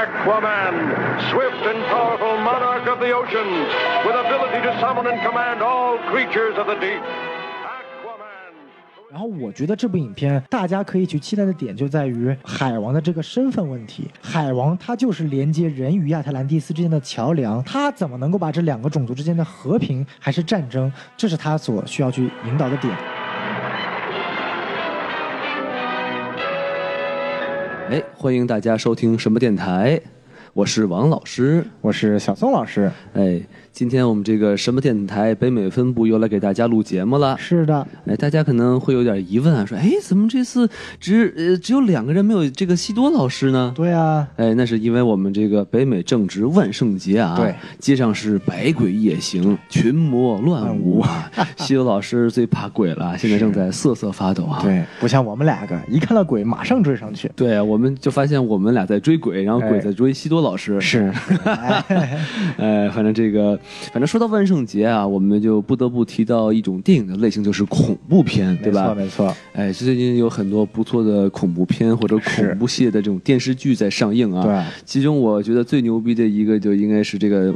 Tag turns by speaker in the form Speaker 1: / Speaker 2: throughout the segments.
Speaker 1: Aquaman, swift and powerful monarch of the oceans, with ability to summon and command all creatures of the deep. Aquaman.
Speaker 2: 然后我觉得这部影片大家可以去期待的点就在于海王的这个身份问题。海王他就是连接人与亚特兰蒂斯之间的桥梁，他怎么能够把这两个种族之间的和平还是战争，这是他所需要去引导的点。
Speaker 3: 哎，欢迎大家收听什么电台，我是王老师。
Speaker 2: 我是小松老师，
Speaker 3: 哎，今天我们这个什么电台北美分部又来给大家录节目了。
Speaker 2: 是的，
Speaker 3: 哎，大家可能会有点疑问啊，说，哎，怎么这次只呃只有两个人没有这个西多老师呢？
Speaker 2: 对啊，
Speaker 3: 哎，那是因为我们这个北美正值万圣节啊，
Speaker 2: 对，
Speaker 3: 街上是百鬼夜行，群魔乱舞啊。 西多老师最怕鬼了，现在正在瑟瑟发抖啊。。
Speaker 2: 对，不像我们两个一看到鬼马上追上去。
Speaker 3: 对，啊我们就发现我们俩在追鬼，然后鬼
Speaker 2: 哎
Speaker 3: 在追西多老师。
Speaker 2: 是，哎
Speaker 3: 哎，反正这个，反正说到万圣节啊，我们就不得不提到一种电影的类型，就是恐怖片，对
Speaker 2: 没错
Speaker 3: 吧？
Speaker 2: 没错，
Speaker 3: 哎，最近有很多不错的恐怖片或者
Speaker 2: 是
Speaker 3: 恐怖系列的这种电视剧在上映啊。
Speaker 2: 对，
Speaker 3: 其中我觉得最牛逼的一个就应该是这个，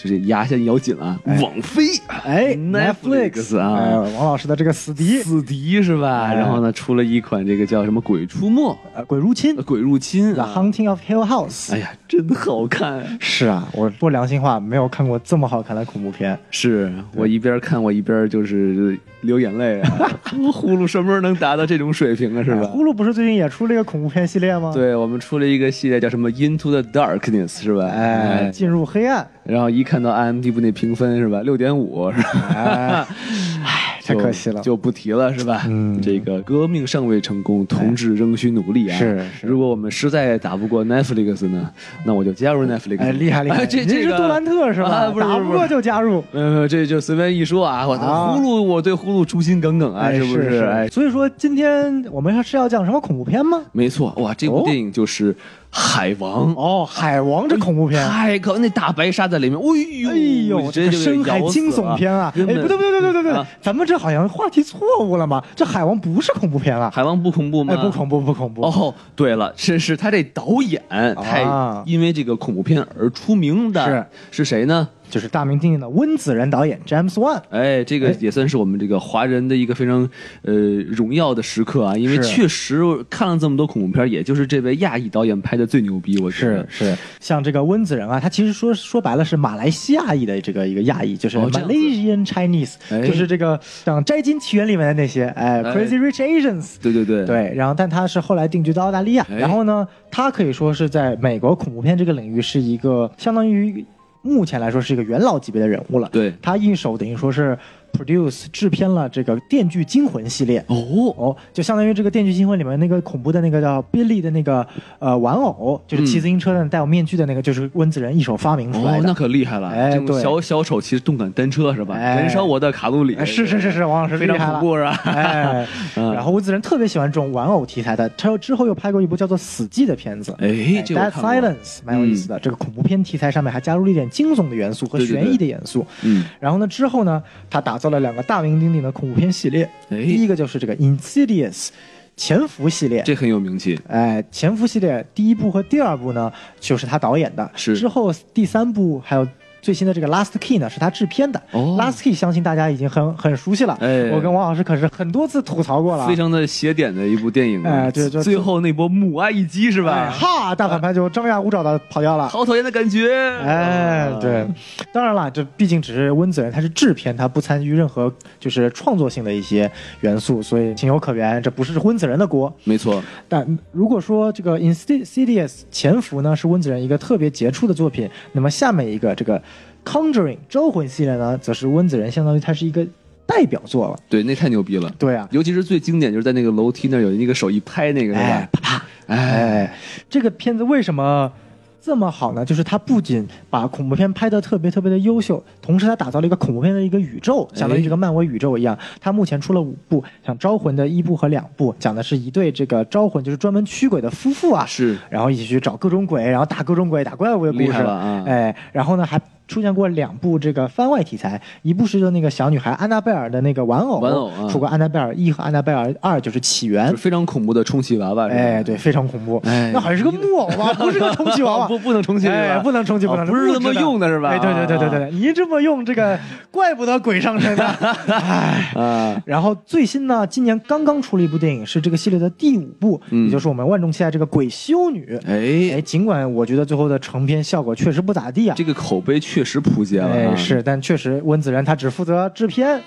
Speaker 3: 就是牙先咬紧啊，
Speaker 2: 哎
Speaker 3: 网飞
Speaker 2: 哎
Speaker 3: Netflix 啊
Speaker 2: 哎，王老师的这个死敌，
Speaker 3: 死敌是吧？
Speaker 2: 哎
Speaker 3: 然后呢，出了一款这个叫什么《鬼出没》
Speaker 2: 呃鬼入侵
Speaker 3: 呃《鬼入侵》
Speaker 2: ，The
Speaker 3: 啊，
Speaker 2: Hunting of Hill House
Speaker 3: 哎。呀，真好看啊！
Speaker 2: 是啊，我说良心话，没有看过这么好看的恐怖片。
Speaker 3: 是我一边看我一边就是流眼泪啊！ 呼噜什么时候能达到这种水平啊？是吧？
Speaker 2: 呼噜不是最近也出了一个恐怖片系列吗？，
Speaker 3: 对我们出了一个系列叫什么《Into the Darkness》是吧？
Speaker 2: 哎，
Speaker 3: 哎，
Speaker 2: 进入黑暗，
Speaker 3: 然后一看到 IMDB 那评分是吧，六点五是吧？
Speaker 2: 哎，太
Speaker 3: 就
Speaker 2: 可惜了。
Speaker 3: 就不提了是吧？
Speaker 2: 嗯
Speaker 3: 这个革命尚未成功，同志仍需努力啊！
Speaker 2: 是是
Speaker 3: 如果我们实在打不过 Netflix 呢，那我就加入 Netflix。
Speaker 2: 哎，厉害厉害，
Speaker 3: 哎这
Speaker 2: 您
Speaker 3: 这
Speaker 2: 是
Speaker 3: 个
Speaker 2: 杜兰特是吧？
Speaker 3: 啊不是
Speaker 2: 打
Speaker 3: 不是
Speaker 2: 不过就加入。
Speaker 3: 呃，这就随便一说啊！我
Speaker 2: 啊
Speaker 3: 呼噜，我对呼噜忠心耿耿啊，
Speaker 2: 哎，
Speaker 3: 是不
Speaker 2: 是？
Speaker 3: 哎，
Speaker 2: 所以说今天我们是要讲什么恐怖片吗？
Speaker 3: 没错，哇，这部
Speaker 2: 哦
Speaker 3: 电影就是《海王》
Speaker 2: 哦，海王这恐怖片。
Speaker 3: 太可那大白鲨在里面，哎
Speaker 2: 哎
Speaker 3: 呦，
Speaker 2: 呦，这个
Speaker 3: 直接就
Speaker 2: 深
Speaker 3: 给咬
Speaker 2: 海
Speaker 3: 死
Speaker 2: 惊悚片啊！哎，
Speaker 3: 根
Speaker 2: 不
Speaker 3: 本
Speaker 2: 对不对不对不对不对
Speaker 3: 啊，
Speaker 2: 咱们这好像话题错误了嘛？这海王不是恐怖片啊！
Speaker 3: 海王不恐怖吗？
Speaker 2: 哎，不恐怖不恐怖。
Speaker 3: 哦，对了，是是他这导演，
Speaker 2: 啊
Speaker 3: 他因为这个恐怖片而出名的是谁呢？
Speaker 2: 就是大名鼎鼎的温子仁导演 James Wan。
Speaker 3: 哎，这个
Speaker 2: 哎
Speaker 3: 也算是我们这个华人的一个非常呃荣耀的时刻啊，因为
Speaker 2: 是
Speaker 3: 确实看了这么多恐怖片，也就是这位亚裔导演拍的最牛逼，我觉得。
Speaker 2: 是，嗯像这个温子仁啊，他其实说说白了是马来西亚裔的这个一个亚裔，就是
Speaker 3: 哦这样子
Speaker 2: Malaysian Chinese，、
Speaker 3: 哎
Speaker 2: 就是这个像《摘金奇缘》里面的那些，哎
Speaker 3: 哎
Speaker 2: ，Crazy Rich Asians。
Speaker 3: 对对对，
Speaker 2: 对，然后但他是后来定居到澳大利亚，
Speaker 3: 哎
Speaker 2: 然后呢，他可以说是在美国恐怖片这个领域是一个相当于目前来说是一个元老级别的人物了。
Speaker 3: 对
Speaker 2: 他一手等于说是 produce 制片了这个《电锯惊魂》系列。
Speaker 3: 哦，
Speaker 2: 哦，就相当于这个《电锯惊魂》里面那个恐怖的那个叫 Billy 的那个呃玩偶，就是骑自行车的戴有面具的那个，就是温子仁一手发明出来
Speaker 3: 嗯哦，那
Speaker 2: 的。
Speaker 3: 可厉害了！
Speaker 2: 哎
Speaker 3: 这种
Speaker 2: 对
Speaker 3: 小小丑骑动感单车是吧？
Speaker 2: 哎
Speaker 3: 燃烧我的卡路里
Speaker 2: 哎，，是是是是，王老师
Speaker 3: 非
Speaker 2: 厉
Speaker 3: 常
Speaker 2: 害了。
Speaker 3: 恐怖是吧？
Speaker 2: 哎，
Speaker 3: 嗯
Speaker 2: 然后温子仁特别喜欢这种玩偶题材的，他之后又拍过一部叫做《死寂》的片子。
Speaker 3: 哎，
Speaker 2: d e
Speaker 3: 这我
Speaker 2: a
Speaker 3: 看
Speaker 2: d
Speaker 3: 过嗯
Speaker 2: Silence 蛮有意思的，这个恐怖片题材上面还加入了一点惊悚的元素和
Speaker 3: 对对对
Speaker 2: 悬疑的元素。
Speaker 3: 嗯，
Speaker 2: 然后呢，之后呢，他打造了两个大名鼎鼎的恐怖片系列，
Speaker 3: 哎
Speaker 2: 第一个就是这个 Insidious 潜伏系列，
Speaker 3: 这很有名气。
Speaker 2: 哎，潜伏系列第一部和第二部呢，就是他导演的，
Speaker 3: 是
Speaker 2: 之后第三部还有。最新的这个《Last Key》呢，是他制片的。
Speaker 3: 哦
Speaker 2: Last Key》相信大家已经很很熟悉了。
Speaker 3: 哎
Speaker 2: 我跟王老师可是很多次吐槽过了啊。
Speaker 3: 非常的邪点的一部电影啊！
Speaker 2: 哎对对
Speaker 3: 最后那波母爱一击是
Speaker 2: 哎
Speaker 3: 吧？
Speaker 2: 哈，大反派就张牙舞爪的跑掉了。
Speaker 3: 好讨厌的感觉。
Speaker 2: 哎，对，当然了，这毕竟只是温子仁他是制片，他不参与任何就是创作性的一些元素，所以情有可原，这不是温子仁的锅。
Speaker 3: 没错，
Speaker 2: 但如果说这个《Insidious》潜伏呢是温子仁一个特别杰出的作品，那么下面一个这个《Conjuring》招魂系列呢，则是温子仁相当于他是一个代表作了。
Speaker 3: 对，那太牛逼了。
Speaker 2: 对啊，
Speaker 3: 尤其是最经典，就是在那个楼梯那儿有一个手一拍那个，是
Speaker 2: 哎
Speaker 3: 吧，？
Speaker 2: 啪啪，
Speaker 3: 哎，
Speaker 2: 哎，这个片子为什么？这么好呢，就是他不仅把恐怖片拍得特别特别的优秀，同时他打造了一个恐怖片的一个宇宙，相当于这个漫威宇宙一样。他目前出了五部，像《招魂》的一部和两部，讲的是一对这个招魂就是专门驱鬼的夫妇啊，
Speaker 3: 是
Speaker 2: 然后一起去找各种鬼，然后打各种鬼、打怪物的故
Speaker 3: 厉
Speaker 2: 事。
Speaker 3: 害了啊
Speaker 2: 哎，然后呢还出现过两部这个番外题材，一部是就那个小女孩安娜贝尔的那个玩偶，
Speaker 3: 玩偶啊
Speaker 2: 出过《安娜贝尔一》和《安娜贝尔二》，就是起源
Speaker 3: 就。非常恐怖的充气娃娃。是吧
Speaker 2: 哎哎，对，，非常恐怖。
Speaker 3: 哎
Speaker 2: 那好像是个木偶 吧，不是个充气娃娃，
Speaker 3: 不不能充气是吧
Speaker 2: 哎，不能充气，
Speaker 3: 哦
Speaker 2: 不能充
Speaker 3: 不是
Speaker 2: 气
Speaker 3: 这么用的是吧啊
Speaker 2: 哎，对对对对对对，你这么用这个，怪不得鬼上身呢。啊 哎，
Speaker 3: 啊，
Speaker 2: 然后最新呢，今年刚刚出了一部电影，是这个系列的第五部，
Speaker 3: 嗯
Speaker 2: 也就是我们万众期待这个《鬼修女》。哎，
Speaker 3: 哎，
Speaker 2: 尽管我觉得最后的成片效果确实不咋地啊，
Speaker 3: 这个口碑确实扑街了啊。
Speaker 2: 哎是，但确实温子仁他只负责制片，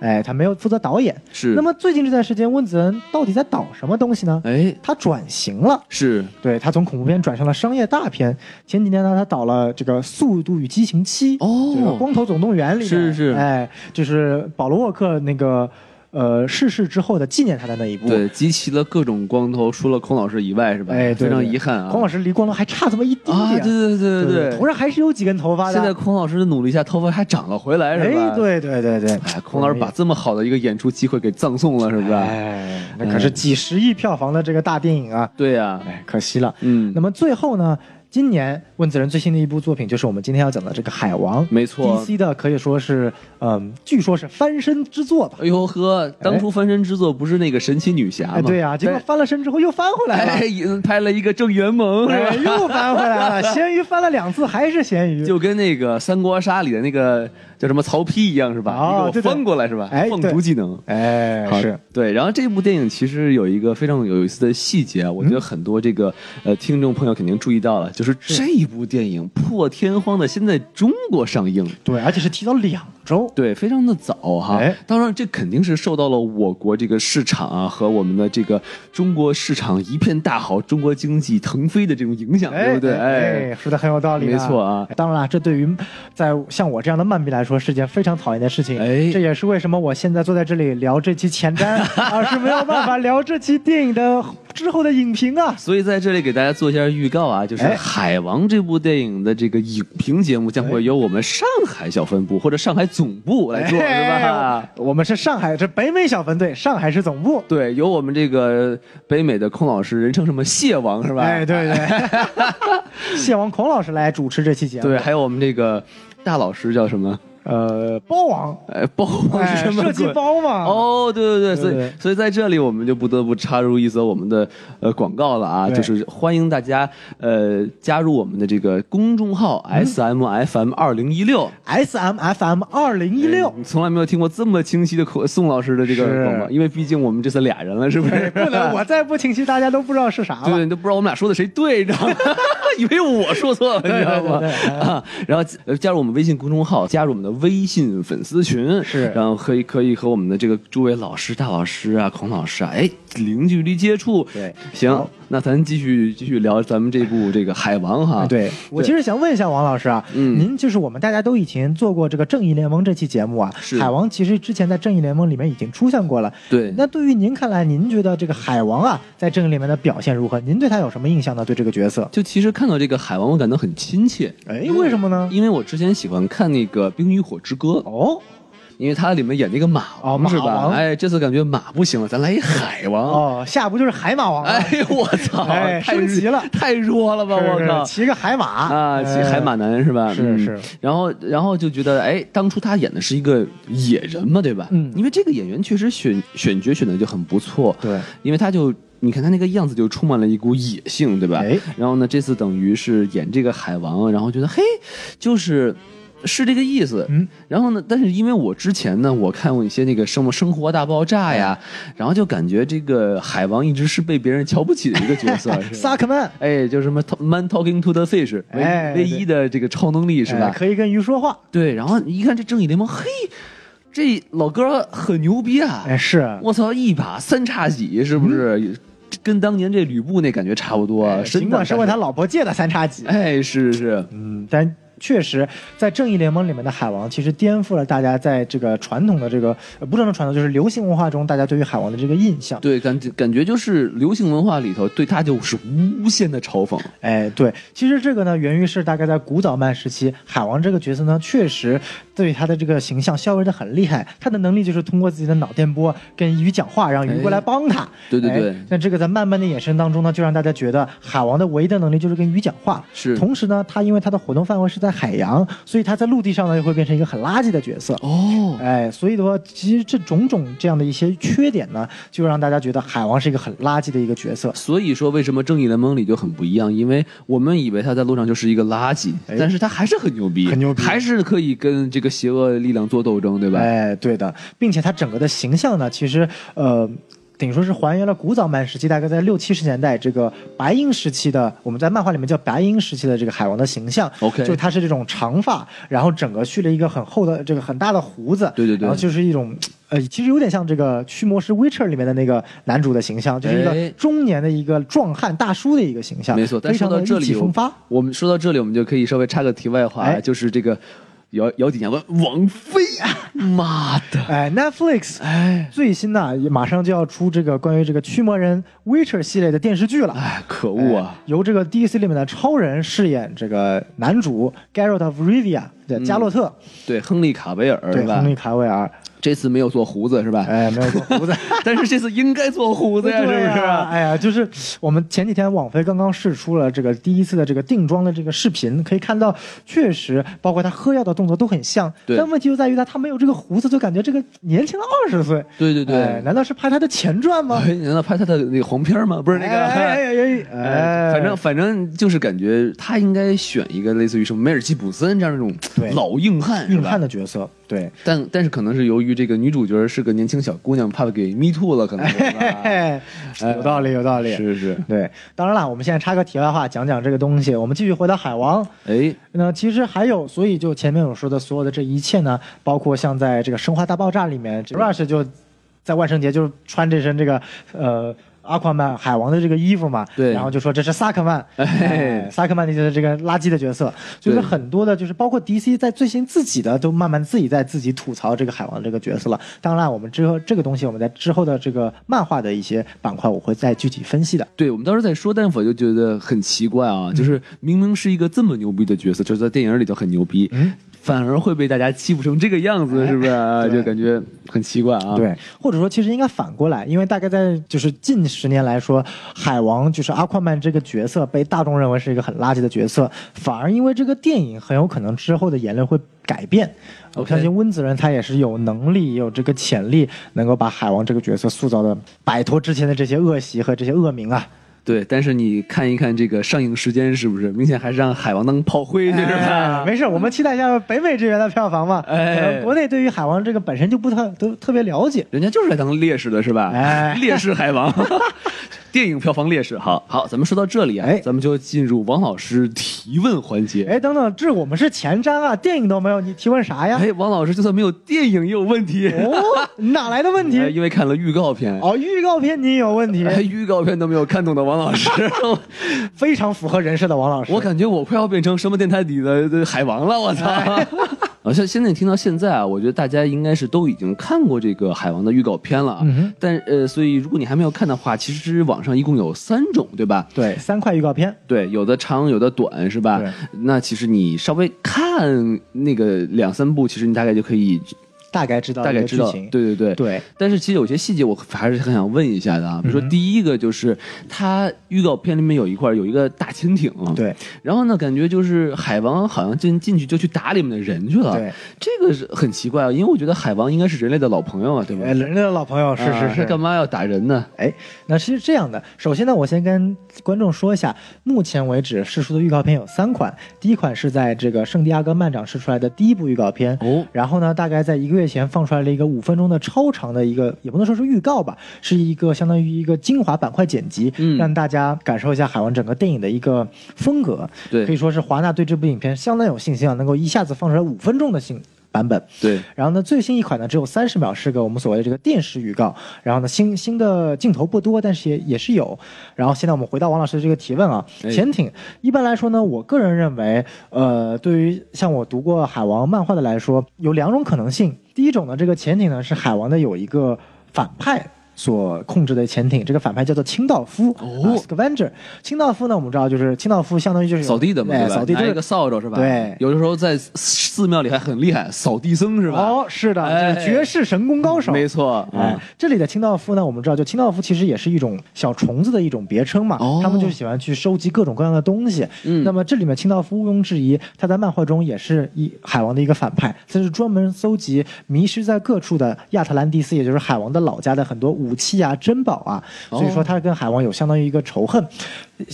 Speaker 2: 哎，他没有负责导演。
Speaker 3: 是，
Speaker 2: 那么最近这段时间，温子仁到底在导什么东西呢？
Speaker 3: 哎
Speaker 2: 他转型了。
Speaker 3: 是
Speaker 2: 对他从恐怖片转向了商业大片。前几年呢，他导了这个《速度与激情七》
Speaker 3: 哦
Speaker 2: 这个《光头总动员》里面
Speaker 3: 是是
Speaker 2: 哎，就是保罗沃克那个呃逝世之后的纪念他的那一部。
Speaker 3: 对，集齐了各种光头，除了孔老师以外是吧？
Speaker 2: 哎，对
Speaker 3: 非常
Speaker 2: 对
Speaker 3: 遗憾啊。
Speaker 2: 孔老师离光头还差这么一丁
Speaker 3: 啊，
Speaker 2: 点。
Speaker 3: 对对对
Speaker 2: 对
Speaker 3: 对
Speaker 2: 头上还是有几根头发的。
Speaker 3: 现在孔老师的努力下，头发还长了回来是吧？
Speaker 2: 哎，。对对对对，
Speaker 3: 哎，孔老师把这么好的一个演出机会给葬送了，是不是？
Speaker 2: 哎，那
Speaker 3: 嗯
Speaker 2: 可是几十亿票房的这个大电影啊，
Speaker 3: 对呀、
Speaker 2: 哎，可惜了。
Speaker 3: 嗯
Speaker 2: 那么最后呢，今年温子仁最新的一部作品就是我们今天要讲的这个《海王》，
Speaker 3: 没错
Speaker 2: ，DC 的可以说是，嗯，据说是翻身之作吧。
Speaker 3: 哎呦呵，当初翻身之作不是那个神奇女侠吗？
Speaker 2: 哎，对呀、结果翻了身之后又翻回来了，
Speaker 3: 啊哎，也拍了一个郑元萌，是吧
Speaker 2: 哎，又翻回 来了。咸鱼翻了两次还是咸鱼，
Speaker 3: 就跟那个《三国杀》里的那个叫什么曹丕一样，是吧？
Speaker 2: 哦
Speaker 3: 你给
Speaker 2: 对
Speaker 3: 我
Speaker 2: 对
Speaker 3: 翻过来是吧？
Speaker 2: 哎
Speaker 3: 放
Speaker 2: 对
Speaker 3: 逐技能。
Speaker 2: 哎
Speaker 3: 好
Speaker 2: 是，
Speaker 3: 对，然后这部电影其实有一个非常有意思的细节啊，我
Speaker 2: 嗯
Speaker 3: 觉得很多这个、呃听众朋友肯定注意到了，就是这部电影破天荒的先在中国上映，
Speaker 2: 对，而且是提早两周。
Speaker 3: 对，非常的早哈。
Speaker 2: 哎
Speaker 3: 当然，这肯定是受到了我国这个市场啊和我们的这个中国市场一片大好，中国经济腾飞的这种影响，对不对？
Speaker 2: 哎，说的很有道理、啊，
Speaker 3: 没错啊
Speaker 2: 当然了，这对于在像我这样的慢迷来说是件非常讨厌的事情。
Speaker 3: 哎
Speaker 2: 这也是为什么我现在坐在这里聊这期前 瞻，而是没有办法聊这期电影的之后的影评啊。
Speaker 3: 所以在这里给大家做一下预告啊，就是
Speaker 2: 哎
Speaker 3: 《海王》这部电影的这个影评节目将
Speaker 2: 哎
Speaker 3: 会由我们上海小分部或者上海总部 来做，是吧
Speaker 2: 哎？我们是上海，这北美小分队，上海市总部。
Speaker 3: 对，由我们这个北美的孔老师，人称什么蟹王是吧？
Speaker 2: 哎，对对， 谢王孔老师来主持这期节目。
Speaker 3: 对，，还有我们这个大老师叫什么？
Speaker 2: 呃，包 王，
Speaker 3: 哎，包王是
Speaker 2: 哎，
Speaker 3: 什么鬼？
Speaker 2: 设计包嘛。
Speaker 3: 哦，对对对，所
Speaker 2: 对
Speaker 3: 以
Speaker 2: 对
Speaker 3: 所以在这里我们就不得不插入一则我们的呃广告了啊，
Speaker 2: 对
Speaker 3: 就是欢迎大家呃加入我们的这个公众号
Speaker 2: 嗯
Speaker 3: S M F M 二零一六。
Speaker 2: S M F M 二零一六。
Speaker 3: 你从来没有听过这么清晰的口宋老师的这个
Speaker 2: 是
Speaker 3: 广告，因为毕竟我们这次俩人了，是不是？
Speaker 2: 不能，我再不清晰，大家都不知道是啥了。
Speaker 3: 对对，你都不知道我们俩说的谁对，你知 道吗？以为我说错了，你知道吗
Speaker 2: 对对对？对
Speaker 3: 啊，然后呃加入我们微信公众号，加入我们的微信粉丝群，
Speaker 2: 是
Speaker 3: 然后可以可以和我们的这个诸位老师、大老师啊、孔老师啊，哎，零距离接触。
Speaker 2: 对
Speaker 3: 行
Speaker 2: 好，
Speaker 3: 那咱继续继续聊咱们这部这个《海王》哈。
Speaker 2: 对啊我其实想问一下王老师啊，
Speaker 3: 嗯
Speaker 2: 您就是我们大家都以前做过这个《正义联盟》这期节目啊，
Speaker 3: 是
Speaker 2: 海王其实之前在《正义联盟》里面已经出现过了。
Speaker 3: 对，
Speaker 2: 那对于您看来，您觉得这个海王啊，在正义里面的表现如何？您对他有什么印象呢？对这个角色？
Speaker 3: 就其实看到这个海王，我感到很亲切。
Speaker 2: 哎，为什么呢？
Speaker 3: 因为我之前喜欢看那个《冰与火之歌》，
Speaker 2: 哦，
Speaker 3: 因为它里面演那个马王、
Speaker 2: 哦马
Speaker 3: 是吧？
Speaker 2: 王
Speaker 3: 哎，这次感觉马不行了，咱来一海王。
Speaker 2: 哦，下不就是海马王吗？
Speaker 3: 哎呦我操，
Speaker 2: 哎
Speaker 3: 太
Speaker 2: 升级了
Speaker 3: 太弱了吧！
Speaker 2: 是
Speaker 3: 我
Speaker 2: 是
Speaker 3: 靠
Speaker 2: 骑个海马
Speaker 3: 啊，骑海马。
Speaker 2: 哎
Speaker 3: 男是吧？
Speaker 2: 是
Speaker 3: 嗯
Speaker 2: 是。
Speaker 3: 然后然后就觉得，哎，当初他演的是一个野人嘛，对吧？
Speaker 2: 嗯
Speaker 3: 因为这个演员确实选选角选的就很不错，
Speaker 2: 对，
Speaker 3: 因为他就。你看他那个样子，就充满了一股野性，对吧？
Speaker 2: 哎
Speaker 3: 然后呢，这次等于是演这个海王，然后觉得嘿，就是是这个意思。
Speaker 2: 嗯，
Speaker 3: 然后呢，但是因为我之前呢，我看过一些那个生《生活大爆炸》呀，
Speaker 2: 嗯
Speaker 3: 然后就感觉这个海王一直是被别人瞧不起的一个角 色，是吧
Speaker 2: 萨克曼
Speaker 3: 哎，就是什么 talk- “man talking to the fish”，唯、
Speaker 2: 哎
Speaker 3: 唯一的这个超能力是吧？
Speaker 2: 哎可以跟鱼说话。
Speaker 3: 对，然后一看这正义联盟，嘿，这老哥很牛逼啊！
Speaker 2: 哎，是。嗯
Speaker 3: 我操，一把三叉戟是不是？跟当年这吕布那感觉差不多，啊
Speaker 2: 哎
Speaker 3: 身
Speaker 2: 尽管
Speaker 3: 段
Speaker 2: 是问他老婆借的三叉戟，
Speaker 3: 哎，是是，
Speaker 2: 嗯，但确实，在正义联盟里面的海王，其实颠覆了大家在这个传统的这个呃不是说传统，就是流行文化中大家对于海王的这个印象。
Speaker 3: 对，感觉感觉就是流行文化里头对他就是无限的嘲讽。
Speaker 2: 哎，对，其实这个呢，源于是大概在古早漫时期，海王这个角色呢，确实对他的这个形象削弱的很厉害。他的能力就是通过自己的脑电波跟鱼讲话，让鱼过来帮他。
Speaker 3: 对对
Speaker 2: 哎
Speaker 3: 对
Speaker 2: 那这个在慢慢的衍生当中呢，就让大家觉得海王的唯一的能力就是跟鱼讲话。
Speaker 3: 是
Speaker 2: 同时呢，他因为他的活动范围是在在海洋，所以他在陆地上呢又会变成一个很垃圾的角色。
Speaker 3: 哦，
Speaker 2: 哎，所以的话，其实这种种这样的一些缺点呢，就让大家觉得海王是一个很垃圾的一个角色。
Speaker 3: 所以说为什么正义联盟里就很不一样？因为我们以为他在路上就是一个垃圾，
Speaker 2: 哎
Speaker 3: 但是他还是很牛逼，
Speaker 2: 很牛逼
Speaker 3: 还是可以跟这个邪恶力量做斗争，对吧？
Speaker 2: 哎，对的，并且它整个的形象呢，其实呃。等于说是还原了古早漫时期，大概在六七十年代这个白银时期的，我们在漫画里面叫白银时期的这个海王的形象。
Speaker 3: OK
Speaker 2: 就是他是这种长发，然后整个蓄了一个很厚的这个很大的胡子。
Speaker 3: 对对对
Speaker 2: 然后就是一种，呃，其实有点像这个《驱魔师 Witcher》里面的那个男主的形象，就是一
Speaker 3: 哎
Speaker 2: 个中年的一个壮汉大叔的一个形象。
Speaker 3: 没错，但
Speaker 2: 非
Speaker 3: 说
Speaker 2: 常
Speaker 3: 到
Speaker 2: 的
Speaker 3: 这
Speaker 2: 意
Speaker 3: 里，
Speaker 2: 气
Speaker 3: 我
Speaker 2: 风发。
Speaker 3: 我们说到这里，我们就可以稍微插个题外话，
Speaker 2: 哎
Speaker 3: 就是这个姚姚鼎阳的王菲，妈的，
Speaker 2: 哎，Netflix
Speaker 3: 哎
Speaker 2: 最新呐、也马上就要出这个关于这个驱魔人 Witcher 系列的电视剧了。
Speaker 3: 哎，可恶
Speaker 2: 哎
Speaker 3: 啊！
Speaker 2: 由这个 DC 里面的超人饰演这个男主 Geralt of Rivia 对加洛特，
Speaker 3: 对，亨利卡维尔
Speaker 2: 对
Speaker 3: 嗯是吧
Speaker 2: 亨利？卡维尔，
Speaker 3: 这次没有做胡子是吧？
Speaker 2: 哎，没有做胡子。
Speaker 3: 但是这次应该做胡子呀，是不
Speaker 2: 对
Speaker 3: 是
Speaker 2: 啊
Speaker 3: 啊？
Speaker 2: 哎呀，就是我们前几天网飞刚刚试出了这个第一次的这个定妆的这个视频，可以看到，确实包括他喝药的动作都很像。
Speaker 3: 对
Speaker 2: 但问题就在于他他没有这个胡子，就感觉这个年轻了二十岁。
Speaker 3: 对对对
Speaker 2: 哎难道是拍他的前传 吗？
Speaker 3: 哎，难道拍他的那个黄片吗？不是那个。
Speaker 2: 哎哎哎 哎哎，
Speaker 3: 反正反正就是感觉他应该选一个类似于什么梅尔吉普森这样那种
Speaker 2: 对
Speaker 3: 老硬汉，是
Speaker 2: 硬
Speaker 3: 吧？
Speaker 2: 汉的角色， 对，
Speaker 3: 但但是可能是由于这个女主角是个年轻小姑娘，怕给 me too 了，可能是 吧
Speaker 2: 哎，有道理，有道理。
Speaker 3: 是是，
Speaker 2: 对，当然了，我们现在插个题外话，讲讲这个东西。我们继续回到海王。
Speaker 3: 哎，
Speaker 2: 那其实还有，所以就前面我说的所有的这一切呢，包括像在这个《生化大爆炸》里面这，Rush 就在万圣节就穿这身这个呃。阿夸曼海王的这个衣服嘛，
Speaker 3: 对
Speaker 2: 然后就说这是萨克曼，哎萨克曼就是这个垃圾的角色，所以说
Speaker 3: 对
Speaker 2: 很多的就是包括 DC 在最新自己的都慢慢自己在自己吐槽这个海王这个角色了。当然，我们之后这个东西我们在之后的这个漫画的一些板块我会再具体分析的。
Speaker 3: 对我们当时在说，但我就觉得很奇怪
Speaker 2: 嗯
Speaker 3: 啊，就是明明是一个这么牛逼的角色，就是在电影里头很牛逼，
Speaker 2: 嗯
Speaker 3: 反而会被大家欺负成这个样子，是不是啊？
Speaker 2: 哎对
Speaker 3: 就感觉很奇怪啊。，
Speaker 2: 对，或者说其实应该反过来，因为大概在就是近十年来说，海王就是阿夸曼这个角色被大众认为是一个很垃圾的角色，反而因为这个电影很有可能之后的言论会改变。我
Speaker 3: OK
Speaker 2: 相信温子仁他也是有能力、也有这个潜力，能够把海王这个角色塑造的摆脱之前的这些恶习和这些恶名啊。
Speaker 3: 对，但是你看一看这个上映时间是不是，明显还是让海王当炮灰去是
Speaker 2: 哎
Speaker 3: 吧？
Speaker 2: 没事，我们期待一下北美这边的票房嘛。
Speaker 3: 哎
Speaker 2: 可能国内对于海王这个本身就不特都特别了解。
Speaker 3: 人家就是来当烈士的是吧？
Speaker 2: 哎
Speaker 3: 烈士海王，电影票房烈士。好好，咱们说到这里啊，
Speaker 2: 哎
Speaker 3: 咱们就进入王老师提问环节。
Speaker 2: 哎，等等，这我们是前瞻啊，电影都没有，你提问啥呀？
Speaker 3: 哎，王老师就算没有电影也有问题，
Speaker 2: 哦，哪来的问
Speaker 3: 哎
Speaker 2: 题？
Speaker 3: 因为看了预告片。
Speaker 2: 哦，预告片你也有问题，
Speaker 3: 哎，预告片都没有看懂的王老 师，
Speaker 2: 非常符合人设的王老师。
Speaker 3: 我感觉我快要变成什么电台里的的海王了，我操！
Speaker 2: 哎
Speaker 3: 好像现在听到现在啊，我觉得大家应该是都已经看过这个海王的预告片了啊。
Speaker 2: 嗯哼
Speaker 3: 但呃，所以如果你还没有看的话，其实网上一共有三种，对吧？
Speaker 2: 对三块预告片，
Speaker 3: 对，有的长，有的短，是吧
Speaker 2: 对？
Speaker 3: 那其实你稍微看那个两三部，其实你大概就可以
Speaker 2: 大概知道
Speaker 3: 大概
Speaker 2: 一个
Speaker 3: 知
Speaker 2: 剧
Speaker 3: 道，
Speaker 2: 情。
Speaker 3: 对对对
Speaker 2: 对
Speaker 3: 但是其实有些细节我还是很想问一下的啊，比如说第一个就是它预告片里面有一块有一个大潜艇，，
Speaker 2: 对
Speaker 3: 然后呢感觉就是海王好像进进去就去打里面的人去了，
Speaker 2: 对，
Speaker 3: 这个是很奇怪啊，因为我觉得海王应该是人类的老朋友啊，对吧？
Speaker 2: 哎，人家的老朋友是
Speaker 3: 啊
Speaker 2: 是
Speaker 3: 他干
Speaker 2: 是。
Speaker 3: 嘛要打人呢？
Speaker 2: 哎，那是这样的，首先呢，我先跟观众说一下，目前为止试出的预告片有三款，第一款是在这个圣地亚哥漫展试出来的第一部预告片，
Speaker 3: 哦
Speaker 2: 然后呢，大概在一个月前放出来了一个五分钟的超长的一个，也不能说是预告吧，是一个相当于一个精华板块剪辑，
Speaker 3: 嗯
Speaker 2: 让大家感受一下海王整个电影的一个风格。
Speaker 3: 对
Speaker 2: 可以说是华纳对这部影片相当有信心啊，能够一下子放出来五分钟的新版本。
Speaker 3: 对，
Speaker 2: 然后呢，最新一款呢只有三十秒，是个我们所谓的这个电视预告。然后呢，新新的镜头不多，但是也也是有。然后现在我们回到王老师的这个提问啊，
Speaker 3: 哎
Speaker 2: 潜艇一般来说呢，我个人认为，呃，对于像我读过海王漫画的来说，有两种可能性。第一种呢，这个潜艇呢是海王的有一个反派。所控制的潜艇，这个反派叫做清道夫
Speaker 3: 哦
Speaker 2: s c a v e n g e r 清道夫呢，我们知道就是清道夫，相当于就是有
Speaker 3: 扫地的嘛，
Speaker 2: 哎
Speaker 3: 对吧？
Speaker 2: 扫地就
Speaker 3: 拿
Speaker 2: 是
Speaker 3: 一个扫帚是吧？
Speaker 2: 对
Speaker 3: 有的时候在寺寺庙里还很厉害，扫地僧是吧？
Speaker 2: 哦，是的，
Speaker 3: 哎
Speaker 2: 就是绝世神功高手，
Speaker 3: 没错，
Speaker 2: 哎
Speaker 3: 嗯，，
Speaker 2: 这里的清道夫呢，我们知道，就清道夫其实也是一种小虫子的一种别称嘛，
Speaker 3: 哦
Speaker 2: 他们就喜欢去收集各种各样的东西。
Speaker 3: 嗯
Speaker 2: 那么这里面清道夫毋庸置疑，他在漫画中也是一海王的一个反派，他是专门搜集迷失在各处的亚特兰蒂斯，也就是海王的老家的很多武器啊、珍宝啊，
Speaker 3: 哦
Speaker 2: 所以说他跟海王有相当于一个仇恨。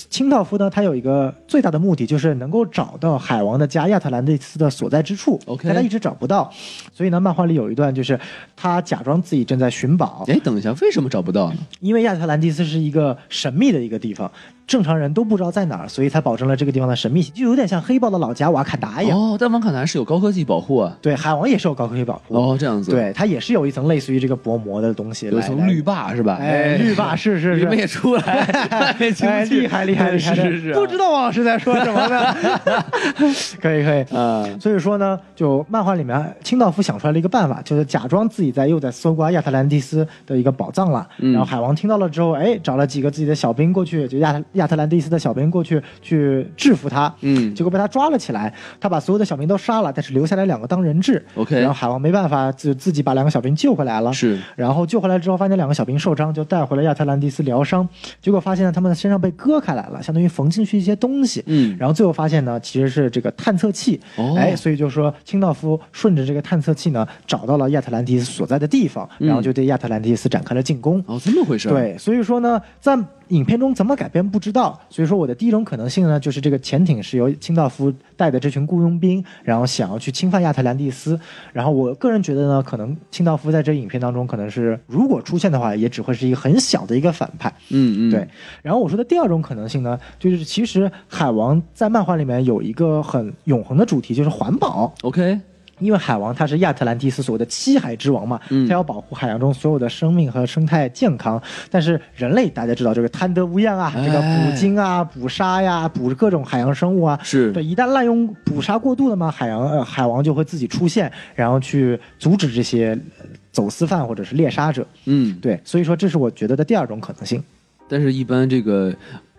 Speaker 2: 清道夫呢，他有一个最大的目的，就是能够找到海王的家亚特兰蒂斯的所在之处。
Speaker 3: OK
Speaker 2: 但他一直找不到，所以呢，漫画里有一段就是他假装自己正在寻宝，
Speaker 3: 哎，等一下，为什么找不到呢？
Speaker 2: 因为亚特兰蒂斯是一个神秘的一个地方，正常人都不知道在哪儿，所以才保证了这个地方的神秘性，就有点像黑豹的老家瓦坎达一样。
Speaker 3: 哦，但王卡南是有高科技保护啊。
Speaker 2: 对，海王也是有高科技保护，
Speaker 3: 哦，这样子，，
Speaker 2: 对，它也是有一层类似于这个薄膜的东西来，
Speaker 3: 有一层绿霸是吧？
Speaker 2: 哎，绿霸是是
Speaker 3: 你
Speaker 2: 是
Speaker 3: 们。也出来， 没进
Speaker 2: 哎，
Speaker 3: 去
Speaker 2: 厉害厉害厉害！
Speaker 3: 是是是，啊
Speaker 2: 不知道王老师在说什么呢？ 可以可以，
Speaker 3: 啊，
Speaker 2: 所以说呢，就漫画里面清道夫想出来了一个办法，就是假装自己在又在搜刮亚特兰蒂斯的一个宝藏了。然后海王听到了之后，哎，找了几个自己的小兵过去，就亚特亚特兰蒂斯的小兵过去去制服他。
Speaker 3: 嗯
Speaker 2: 结果被他抓了起来，他把所有的小兵都杀了，但是留下来两个当人质。
Speaker 3: OK
Speaker 2: 然后海王没办法，就自己把两个小兵救回来了。
Speaker 3: 是
Speaker 2: 然后救回来之后，发现两个小兵受伤，就带回了亚特兰蒂斯疗伤。结果发现呢他们的身上被割开来了，相当于缝进去一些东西。
Speaker 3: 嗯
Speaker 2: 然后最后发现呢，其实是这个探测器。
Speaker 3: 哦
Speaker 2: 哎，所以就说清道夫顺着这个探测器呢，找到了亚特兰蒂斯所在的地方，然后就对亚特兰蒂斯展开了进攻。
Speaker 3: 嗯哦，这么回事，，
Speaker 2: 对，所以说呢，在影片中怎么改编不知道。所以说，我的第一种可能性呢，就是这个潜艇是由清道夫带的这群雇佣兵，然后想要去侵犯亚特兰蒂斯。然后我个人觉得呢，可能清道夫在这影片当中，可能是如果出现的话，也只会是一个很小的一个反派。
Speaker 3: 嗯嗯，
Speaker 2: 对，，然后我说的第二种可能性呢，就是其实海王在漫画里面有一个很永恒的主题，就是环保。
Speaker 3: OK，
Speaker 2: 因为海王他是亚特兰蒂斯所谓的七海之王嘛，
Speaker 3: 嗯
Speaker 2: 他要保护海洋中所有的生命和生态健康。但是人类大家知道，这个贪得无厌啊，这个
Speaker 3: 哎
Speaker 2: 捕鲸啊、捕杀呀、捕各种海洋生物啊，
Speaker 3: 是
Speaker 2: 对，一旦滥用捕杀过度了嘛，海洋呃海王就会自己出现，然后去阻止这些呃走私犯或者是猎杀者。
Speaker 3: 嗯，
Speaker 2: 对，所以说这是我觉得的第二种可能性。
Speaker 3: 但是一般这个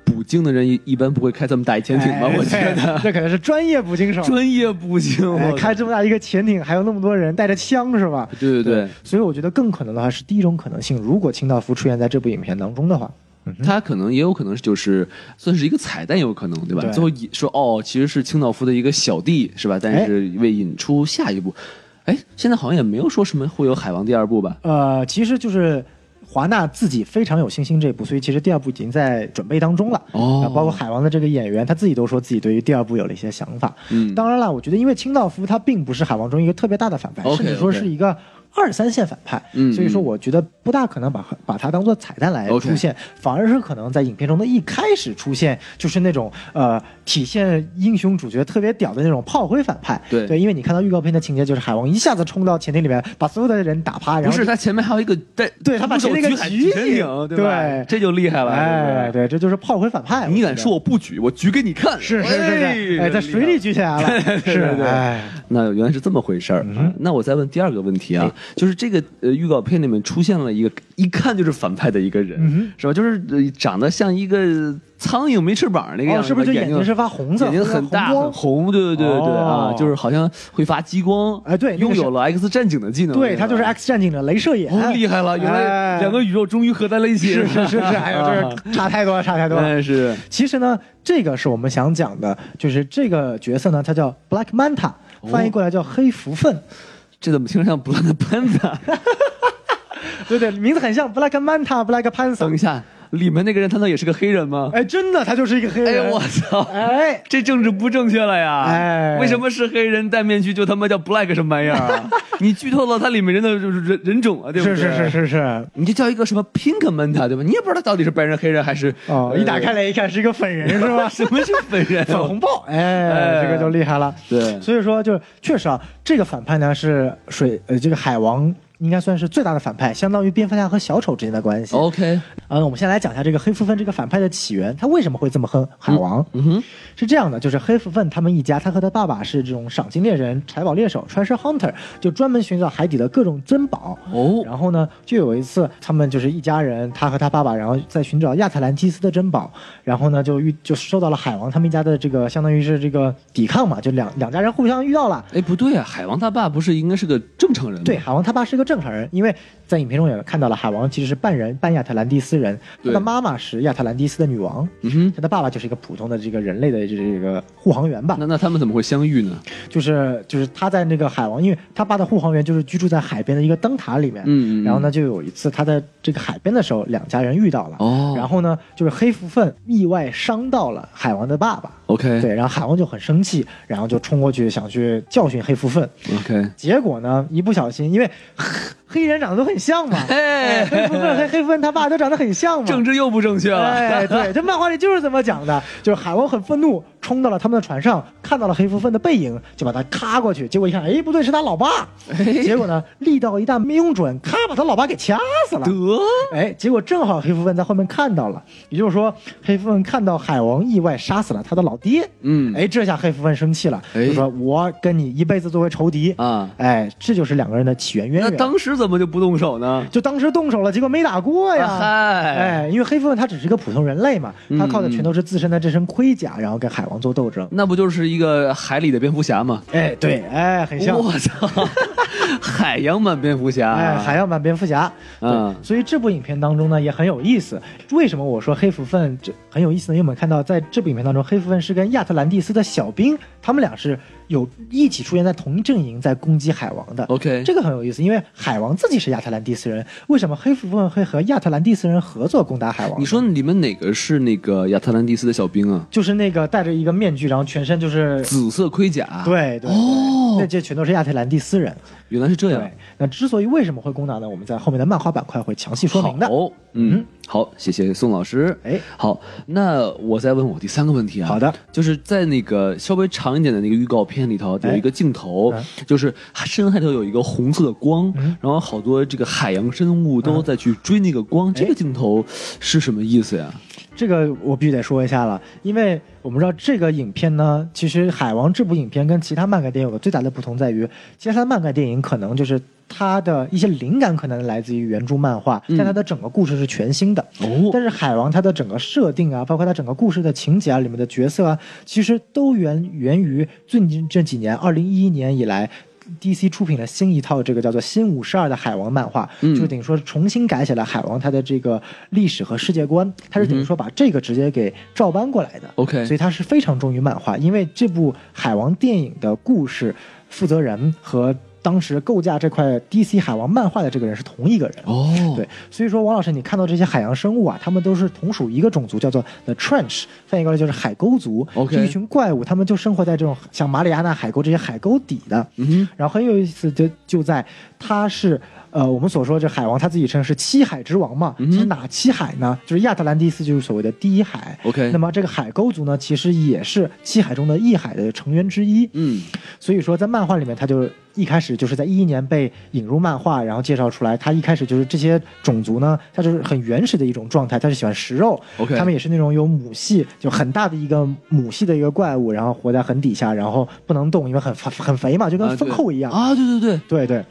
Speaker 3: 捕鲸的人一一般不会开这么大一潜艇吧？
Speaker 2: 哎
Speaker 3: 我觉得
Speaker 2: 对这可能是专业捕鲸手，
Speaker 3: 专业捕鲸，
Speaker 2: 哎
Speaker 3: 我
Speaker 2: 开这么大一个潜艇，还有那么多人带着枪是吧？
Speaker 3: 对对对
Speaker 2: 所以我觉得更可能的话是第一种可能性，如果清道夫出现在这部影片当中的话，
Speaker 3: 他可能也有可能就是算是一个彩蛋，有可能对吧？
Speaker 2: 对
Speaker 3: 最后一说哦，其实是清道夫的一个小弟是吧？但是
Speaker 2: 哎
Speaker 3: 为引出下一步，哎，现在好像也没有说什么会有海王第二部吧？
Speaker 2: 呃，其实就是。华纳自己非常有信心这一部，所以其实第二部已经在准备当中了。
Speaker 3: 哦
Speaker 2: 啊包括海王的这个演员，他自己都说自己对于第二部有了一些想法。
Speaker 3: 嗯
Speaker 2: 当然了，我觉得因为清道夫他并不是海王中一个特别大的反派
Speaker 3: OK，
Speaker 2: 甚至说
Speaker 3: OK
Speaker 2: 是一个二三线反派，
Speaker 3: 嗯
Speaker 2: 所以说
Speaker 3: 嗯
Speaker 2: 我觉得不大可能把把它当做彩蛋来
Speaker 3: OK
Speaker 2: 出现反而是可能在影片中的一开始出现，就是那种呃体现英雄主角特别屌的那种炮灰反派。
Speaker 3: 对
Speaker 2: 因为你看到预告片的情节，就是海王一下子冲到潜艇里面，把所有的人打趴，然
Speaker 3: 不
Speaker 2: 后
Speaker 3: 是，他前面还有一个带，
Speaker 2: 对他把
Speaker 3: 手
Speaker 2: 前面那个
Speaker 3: 举
Speaker 2: 举
Speaker 3: 潜艇
Speaker 2: 起，
Speaker 3: 对吧？
Speaker 2: 对
Speaker 3: 这就厉害了，
Speaker 2: 哎，
Speaker 3: 对不对
Speaker 2: 对，这就是炮灰反派。
Speaker 3: 你
Speaker 2: 我觉
Speaker 3: 敢
Speaker 2: 得
Speaker 3: 说我不举，我举给你看，
Speaker 2: 是是是是，哎，在水里举起来了，是
Speaker 3: 对对
Speaker 2: 哎，
Speaker 3: 那原来是这么回事儿、
Speaker 2: 嗯
Speaker 3: 啊那我再问第二个问题
Speaker 2: 哎
Speaker 3: 啊，就是这个呃预告片里面出现了一个一看就是反派的一个人，
Speaker 2: 嗯
Speaker 3: 是吧？就是、呃长得像一个苍蝇没翅膀那个样
Speaker 2: 哦，
Speaker 3: 子，
Speaker 2: 是不是就
Speaker 3: 眼
Speaker 2: 眼睛是发红色，
Speaker 3: 眼睛很大
Speaker 2: 红
Speaker 3: 很
Speaker 2: 光
Speaker 3: 红，对对对对、
Speaker 2: 哦
Speaker 3: 啊，就是好像会发激光，
Speaker 2: 哎对那个
Speaker 3: 拥
Speaker 2: 是
Speaker 3: 有了 X 战警的技能，
Speaker 2: 对，他就是
Speaker 3: 吧
Speaker 2: X 战警的镭射眼，
Speaker 3: 哦，厉害了！原来
Speaker 2: 哎
Speaker 3: 两个宇宙终于合在了一起，
Speaker 2: 是 是是是，哎呦，
Speaker 3: 啊
Speaker 2: 这差太多了，差 太多了。
Speaker 3: 但是
Speaker 2: 其实呢，这个是我们想讲的，就是这个角色呢，他叫 Black Manta，翻译过来叫黑福分。
Speaker 3: 这怎么听着像不烂的班 子啊？
Speaker 2: 对对，名字很像 Black Manta，Black
Speaker 3: 等一
Speaker 2: Panther。
Speaker 3: 下，里面那个人他道也是个黑人吗？
Speaker 2: 哎，真的，他就是一个黑人。
Speaker 3: 哎，我操！
Speaker 2: 哎，
Speaker 3: 这政治不正确了呀！
Speaker 2: 哎
Speaker 3: 为什么是黑人戴面具就他妈叫 black 什么玩意儿 啊？你剧透了他里面人的就是人人种啊，对不
Speaker 2: 是
Speaker 3: 对？
Speaker 2: 是是。是是。
Speaker 3: 你就叫一个什么 Pink Manta 对吧？你也不知道他到底是白人、黑人还是
Speaker 2: 哦，一打开
Speaker 3: 来？
Speaker 2: 来一看是一个粉人是吧
Speaker 3: 什么是本人？
Speaker 2: 粉红豹，
Speaker 3: 哎
Speaker 2: 哎，这个就厉害了。
Speaker 3: 对
Speaker 2: 所以说就是确实啊，这个反派呢是水呃这个海王应该算是最大的反派，相当于蝙蝠侠和小丑之间的关系。
Speaker 3: OK，
Speaker 2: 呃，我们先来讲一下这个黑蝠鲼这个反派的起源，他为什么会这么恨海王？
Speaker 3: 嗯哼，
Speaker 2: 是这样的，就是黑蝠鲼他们一家，他和他爸爸是这种赏金猎人、财宝猎手 （treasure hunter），就专门寻找海底的各种珍宝。
Speaker 3: 哦，
Speaker 2: 然后呢，就有一次，他们就是一家人，他和他爸爸，然后在寻找亚特兰蒂斯的珍宝，然后呢，就遇就受到了海王他们一家的这个，相当于是这个抵抗嘛，就两两家人互相遇到了，
Speaker 3: 哎，不对啊，海王他爸不是应该是个正常人吗？
Speaker 2: 对，海王他爸是个正常人，因为在影片中也看到了，海王其实是半人半亚特兰蒂斯人，他
Speaker 3: 对
Speaker 2: 的妈妈是亚特兰蒂斯的女王，
Speaker 3: 嗯哼，
Speaker 2: 他的爸爸就是一个普通的这个人类的这个护航员吧
Speaker 3: 那，那他们怎么会相遇呢？
Speaker 2: 就是就是他在那个海王，因为他爸的护航员就是居住在海边的一个灯塔里面，
Speaker 3: 嗯嗯嗯
Speaker 2: 然后呢就有一次他在这个海边的时候，两家人遇到了，
Speaker 3: 哦
Speaker 2: 然后呢就是黑蝠鲼意外伤到了海王的爸爸。
Speaker 3: ，OK，
Speaker 2: 对，然后海王就很生气，然后就冲过去想去教训黑蝠鲼，
Speaker 3: ，OK，
Speaker 2: 结果呢，一不小心，因为黑黑人长得都很像嘛，
Speaker 3: 哎
Speaker 2: 黑蝠 鲼黑黑蝠鲼他爸都长得很像嘛，
Speaker 3: 政治啊又不正确了。
Speaker 2: 哎，对，这漫画里就是这么讲的，就是海王很愤怒，冲到了他们的船上，看到了黑蝠鲼的背影，就把他咔过去，结果一看，哎，不对，是他老 爸，结果呢，力道一旦没用准，咔把他老爸给掐死了。
Speaker 3: 得，
Speaker 2: 哎，结果正好黑蝠鲼在后面看到了，也就是说，黑蝠鲼看到海王意外杀死了他的老爹，
Speaker 3: 嗯
Speaker 2: 哎，这下黑蝠鲼生气了，
Speaker 3: 哎
Speaker 2: 就说我跟你一辈子作为仇敌
Speaker 3: 啊
Speaker 2: 哎，这就是两个人的起源渊
Speaker 3: 那
Speaker 2: 源。
Speaker 3: 当时怎么就不动手呢？
Speaker 2: 就当时动手了，结果没打过呀。
Speaker 3: 啊嗨嗯
Speaker 2: 哎，因为黑蝠鲼他只是一个普通人类嘛，他靠的全都是自身的这身盔甲，然后跟海王做斗争。
Speaker 3: 那不就是一个海里的蝙蝠侠吗？
Speaker 2: 哎，对，哎，很像。
Speaker 3: 我操， 海洋版蝙蝠侠，
Speaker 2: 哎，海洋版蝙蝠侠，对，
Speaker 3: 啊嗯
Speaker 2: 所以这部影片当中呢也很有意思。为什么我说黑蝠鲼这很有意思呢？因为我们看到在这部影片当中，黑蝠鲼是跟亚特兰蒂斯的小兵，他们俩是有一起出现在同一阵营，在攻击海王的。
Speaker 3: OK
Speaker 2: 这个很有意思，因为海王自己是亚特兰蒂斯人，为什么黑蝠鲼会和亚特兰蒂斯人合作攻打海王？
Speaker 3: 你说你们哪个是那个亚特兰蒂斯的小兵啊？
Speaker 2: 就是那个戴着一个面具，然后全身就是
Speaker 3: 紫色盔甲，，
Speaker 2: 对对对，
Speaker 3: 哦
Speaker 2: 那这全都是亚特兰蒂斯人。
Speaker 3: 原来是这样
Speaker 2: 对。，那之所以为什么会攻打呢？我们在后面的漫画板块会详细说明的。
Speaker 3: 好，嗯，好，谢谢宋老师。
Speaker 2: 哎
Speaker 3: 好，那我再问我第三个问题啊。
Speaker 2: 好的，
Speaker 3: 就是在那个稍微长一点的那个预告片里头，
Speaker 2: 哎
Speaker 3: 有一个镜头，
Speaker 2: 嗯
Speaker 3: 就是深海里头有一个红色的光，
Speaker 2: 嗯
Speaker 3: 然后好多这个海洋生物都在去追那个
Speaker 2: 哎
Speaker 3: 光。这个镜头是什么意思呀？
Speaker 2: 这个我必须得说一下了，因为我们知道这个影片呢，其实《海王》这部影片跟其他漫改电影有个最大的不同在于，其他的漫改电影可能就是它的一些灵感可能来自于原著漫画，
Speaker 3: 嗯
Speaker 2: 但它的整个故事是全新的。
Speaker 3: 哦
Speaker 2: 但是《海王》它的整个设定啊，包括它整个故事的情节啊，里面的角色啊，其实都源源于最近这几年，二零一一年以来。DC 出品了新一套这个叫做《新五十二》的海王漫画，
Speaker 3: 嗯
Speaker 2: 就等于说重新改写了海王他的这个历史和世界观，它是等于说把这个直接给照搬过来的。
Speaker 3: OK
Speaker 2: 所以它是非常忠于漫画，因为这部海王电影的故事负责人和当时构架这块 DC 海王漫画的这个人是同一个人。
Speaker 3: 哦，
Speaker 2: 对，，所以说王老师，你看到这些海洋生物啊，他们都是同属一个种族，叫做 the trench，翻译过来就是海沟族。
Speaker 3: OK
Speaker 2: 是一群怪物，他们就生活在这种像马里亚纳海沟这些海沟底的。
Speaker 3: 嗯哼，
Speaker 2: 然后很有意思就就在他是呃我们所说这海王他自己称是七海之王嘛，
Speaker 3: 嗯
Speaker 2: 是哪七海呢？就是亚特兰蒂斯就是所谓的第一海。
Speaker 3: OK
Speaker 2: 那么这个海沟族呢，其实也是七海中的一海的成员之一。
Speaker 3: 嗯，
Speaker 2: 所以说在漫画里面，他就一开始就是在一一年被引入漫画，然后介绍出来。他一开始就是这些种族呢，它就是很原始的一种状态，它是喜欢食肉。
Speaker 3: OK
Speaker 2: 他们也是那种有母系，就很大的一个母系的一个怪物，然后活在很底下，然后不能动，因为很很肥嘛，就
Speaker 3: 啊
Speaker 2: 跟蜂
Speaker 3: 对
Speaker 2: 后一样。
Speaker 3: 啊，对对对，
Speaker 2: 对对。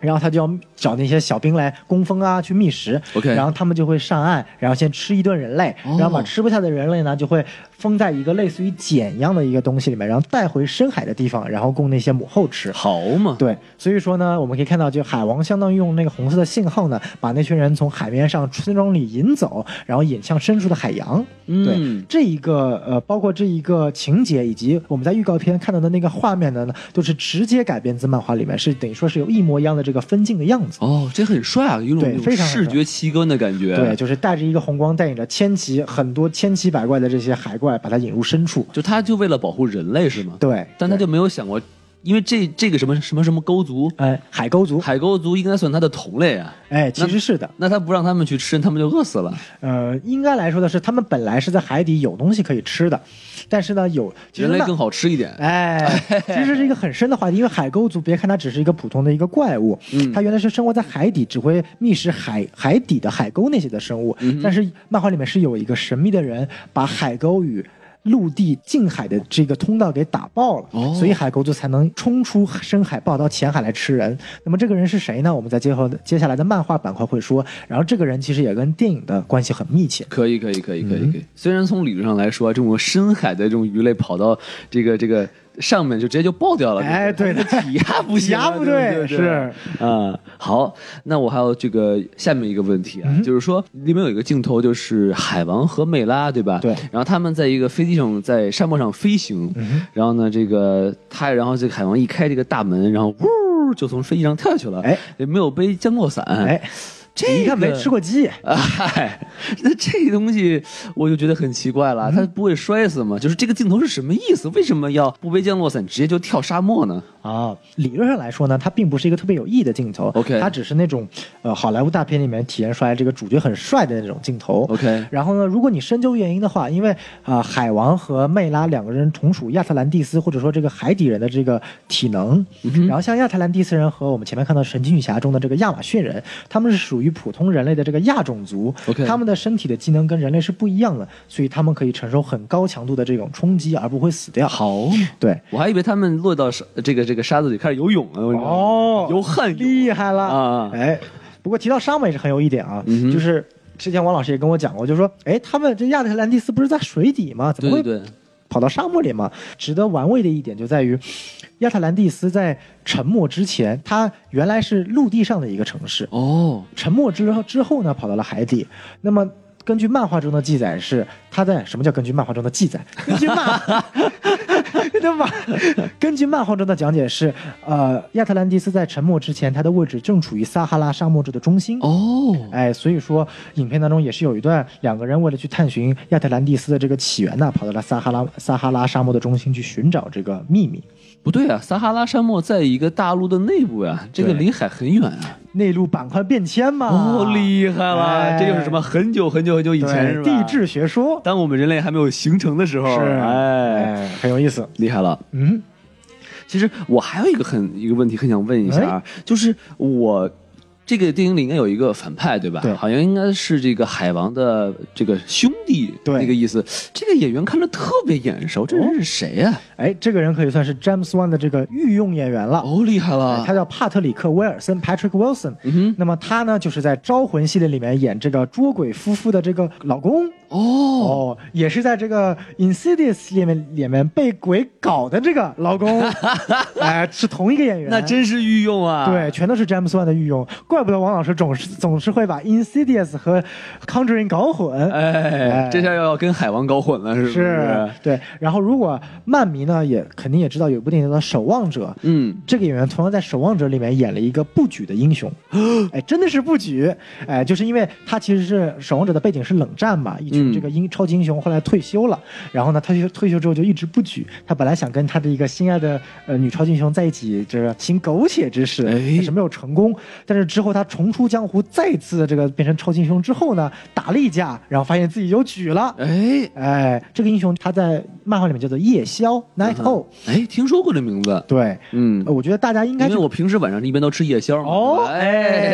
Speaker 2: 然后他就要找那些小兵来供风啊，去觅食。
Speaker 3: OK
Speaker 2: 然后他们就会上岸，然后先吃一顿人类，
Speaker 3: 哦
Speaker 2: 然后把吃不下的人类呢，就会封在一个类似于茧一样的一个东西里面，然后带回深海的地方，然后供那些母后吃。
Speaker 3: 好嘛，
Speaker 2: 对，所以说呢，我们可以看到，就海王相当于用那个红色的信号呢，把那群人从海面上村庄里引走，然后引向深处的海洋。对
Speaker 3: 嗯，
Speaker 2: 这一个呃，包括这一个情节，以及我们在预告片看到的那个画面呢，都是直接改编自漫画里面，是等于说是有一模一样的这个分镜的样子。
Speaker 3: 哦，这很帅啊，有种
Speaker 2: 对
Speaker 3: 那种
Speaker 2: 非常
Speaker 3: 视觉奇观的感觉。
Speaker 2: 对，就是带着一个红光，带领着千奇很多千奇百怪的这些海怪，把它引入深处。
Speaker 3: 就他就为了保护人类是吗？
Speaker 2: 对，
Speaker 3: 但他
Speaker 2: 对
Speaker 3: 就没有想过因为这这个什么什么什么沟族，
Speaker 2: 哎，海沟族，
Speaker 3: 海沟族应该算它的同类啊。
Speaker 2: 哎，其实是的，
Speaker 3: 那他不让他们去吃，他们就饿死了。
Speaker 2: 呃，应该来说的是，他们本来是在海底有东西可以吃的，但是呢，有其实
Speaker 3: 人类
Speaker 2: 那
Speaker 3: 更好吃一点。
Speaker 2: 哎，其实是一个很深的话题，因为海沟族，别看它只是一个普通的一个怪物，
Speaker 3: 嗯
Speaker 2: 它原来是生活在海底，只会觅食海海底的海沟那些的生物。
Speaker 3: 嗯
Speaker 2: 但是漫画里面是有一个神秘的人把海沟与陆地近海的这个通道给打爆了，
Speaker 3: 哦
Speaker 2: 所以海沟族才能冲出深海，跑到浅海来吃人。那么这个人是谁呢？我们在接后的接下来的漫画板块会说。然后这个人其实也跟电影的关系很密切。
Speaker 3: 可以，可以，可以，可以，
Speaker 2: 嗯
Speaker 3: 可以。虽然从理论上来说，这种深海的这种鱼类跑到这个这个上面就直接就爆掉了。
Speaker 2: 哎
Speaker 3: 对不
Speaker 2: 对的
Speaker 3: 体压不行啊，
Speaker 2: 体压不
Speaker 3: 对
Speaker 2: 对
Speaker 3: 对
Speaker 2: 是
Speaker 3: 啊。好，那我还有这个下面一个问
Speaker 2: 嗯
Speaker 3: 题啊，就是说里面有一个镜头，就是海王和美拉，对吧？
Speaker 2: 对嗯
Speaker 3: 然后他们在一个飞机上，在沙漠上飞行，然后呢，这个他，然后这个海王一开这个大门，然后呜就从飞机上跳下去了，
Speaker 2: 哎，
Speaker 3: 没有背降落伞，
Speaker 2: 哎，
Speaker 3: 呃这个
Speaker 2: 你一看没吃过鸡，
Speaker 3: 哎， 那这东西我就觉得很奇怪
Speaker 2: 嗯
Speaker 3: 了，他不会摔死吗？就是这个镜头是什么意思？为什么要不背降落伞直接就跳沙漠呢？
Speaker 2: 啊，理论上来说呢，它并不是一个特别有意义的镜头。
Speaker 3: OK
Speaker 2: 它只是那种呃好莱坞大片里面体现出来这个主角很帅的那种镜头。
Speaker 3: OK
Speaker 2: 然后呢，如果你深究原因的话，因为啊、呃海王和魅拉两个人同属亚特兰蒂斯或者说这个海底人的这个体能，
Speaker 3: 嗯
Speaker 2: 然后像亚特兰蒂斯人和我们前面看到神奇女侠中的这个亚马逊人，他们是属于普通人类的这个亚种族
Speaker 3: OK
Speaker 2: 他们的身体的机能跟人类是不一样的，所以他们可以承受很高强度的这种冲击而不会死掉。
Speaker 3: 好，
Speaker 2: 对。
Speaker 3: 我还以为他们落到沙这个这个沙子里开始游泳了，我知道
Speaker 2: 哦
Speaker 3: 游旱泳
Speaker 2: 厉害了
Speaker 3: 啊嗯
Speaker 2: 哎，不过提到沙漠也是很有一点啊，就是之前王老师也跟我讲过，就说，哎，他们这亚特兰蒂斯不是在水底吗？怎
Speaker 3: 对
Speaker 2: 么
Speaker 3: 对
Speaker 2: 会
Speaker 3: 对，
Speaker 2: 跑到沙漠里嘛。值得玩味的一点就在于，亚特兰蒂斯在沉没之前，它原来是陆地上的一个城市，
Speaker 3: 哦，
Speaker 2: 沉没之后之后呢，跑到了海底。那么。根据漫画中的记载是，他在什么叫根据漫画中的记载？ 根据漫，对吧？根据漫画中的讲解是，呃，亚特兰蒂斯在沉没之前，它的位置正处于撒哈拉沙漠之的中心。
Speaker 3: 哦，
Speaker 2: 哎，所以说影片当中也是有一段两个人为了去探寻亚特兰蒂斯的这个起源呢，跑到了撒哈拉撒哈拉沙漠的中心去寻找这个秘密。
Speaker 3: 不对啊，撒哈拉沙漠在一个大陆的内部呀、这个
Speaker 2: 对
Speaker 3: 离海很远啊。
Speaker 2: 内陆板块变迁嘛，
Speaker 3: 哦，厉害了，
Speaker 2: 哎
Speaker 3: 这又是什么？很久很久很久以
Speaker 2: 对
Speaker 3: 前是吧？
Speaker 2: 地质，学说
Speaker 3: 当我们人类还没有形成的时候，
Speaker 2: 是
Speaker 3: 哎，
Speaker 2: 哎，很有意思。
Speaker 3: 厉害了。
Speaker 2: 嗯，
Speaker 3: 其实我还有一个很一个问题很想问一下啊，
Speaker 2: 哎
Speaker 3: 就是我这个电影里应该有一个反派对吧？
Speaker 2: 对
Speaker 3: 好像应该是这个海王的这个兄弟，
Speaker 2: 对哦
Speaker 3: 那个意思。这个演员看着特别眼熟，这人是谁啊呀、
Speaker 2: 哎，这个人可以算是詹姆斯 m 的这个御用演员了。
Speaker 3: 哦，厉害了！
Speaker 2: 哎他叫帕特里克·威尔森 （Patrick Wilson）。
Speaker 3: 哼
Speaker 2: 那么他呢，就是在《招魂》系列里面演这个捉鬼夫妇的这个老公。
Speaker 3: 哦，
Speaker 2: 哦，也是在这个《Insidious》里面里面被鬼搞的这个老 公，哎，是同一个演员。
Speaker 3: 那真是御用啊！
Speaker 2: 对，全都是詹姆斯万的御用，怪不得王老师总是总是会把《Insidious》和《Conjuring》搞混。
Speaker 3: 哎，
Speaker 2: 哎
Speaker 3: 这下又要跟海王搞混了，是不
Speaker 2: 是对，然后如果漫迷呢，也肯定也知道有一部电影叫《守望者》，
Speaker 3: 嗯，
Speaker 2: 这个演员同样在《守望者》里面演了一个不举的英 雄，哎，真的是不举，哎，就是因为他其实是《守望者》的背景是冷战嘛，一
Speaker 3: 嗯
Speaker 2: 群这个英、超级英雄后来退休了，然后呢，他就退休之后就一直不举，他本来想跟他的一个心爱的呃女超级英雄在一起，就是行苟且之事，
Speaker 3: 哎
Speaker 2: 但是没有成功，但是之后他重出江湖，再次这个变成超级英雄之后呢，打了一架，然后发现自己有举了。
Speaker 3: 哎
Speaker 2: 哎，这个英雄他在漫画里面叫做夜
Speaker 3: 嗯
Speaker 2: 枭 （Night Owl）。
Speaker 3: 哎，听说过这名字，
Speaker 2: 对，
Speaker 3: 嗯
Speaker 2: 呃，我觉得大家应该
Speaker 3: 因为
Speaker 2: 就
Speaker 3: 我平时晚上一般都吃夜宵嘛。
Speaker 2: 哦，哎，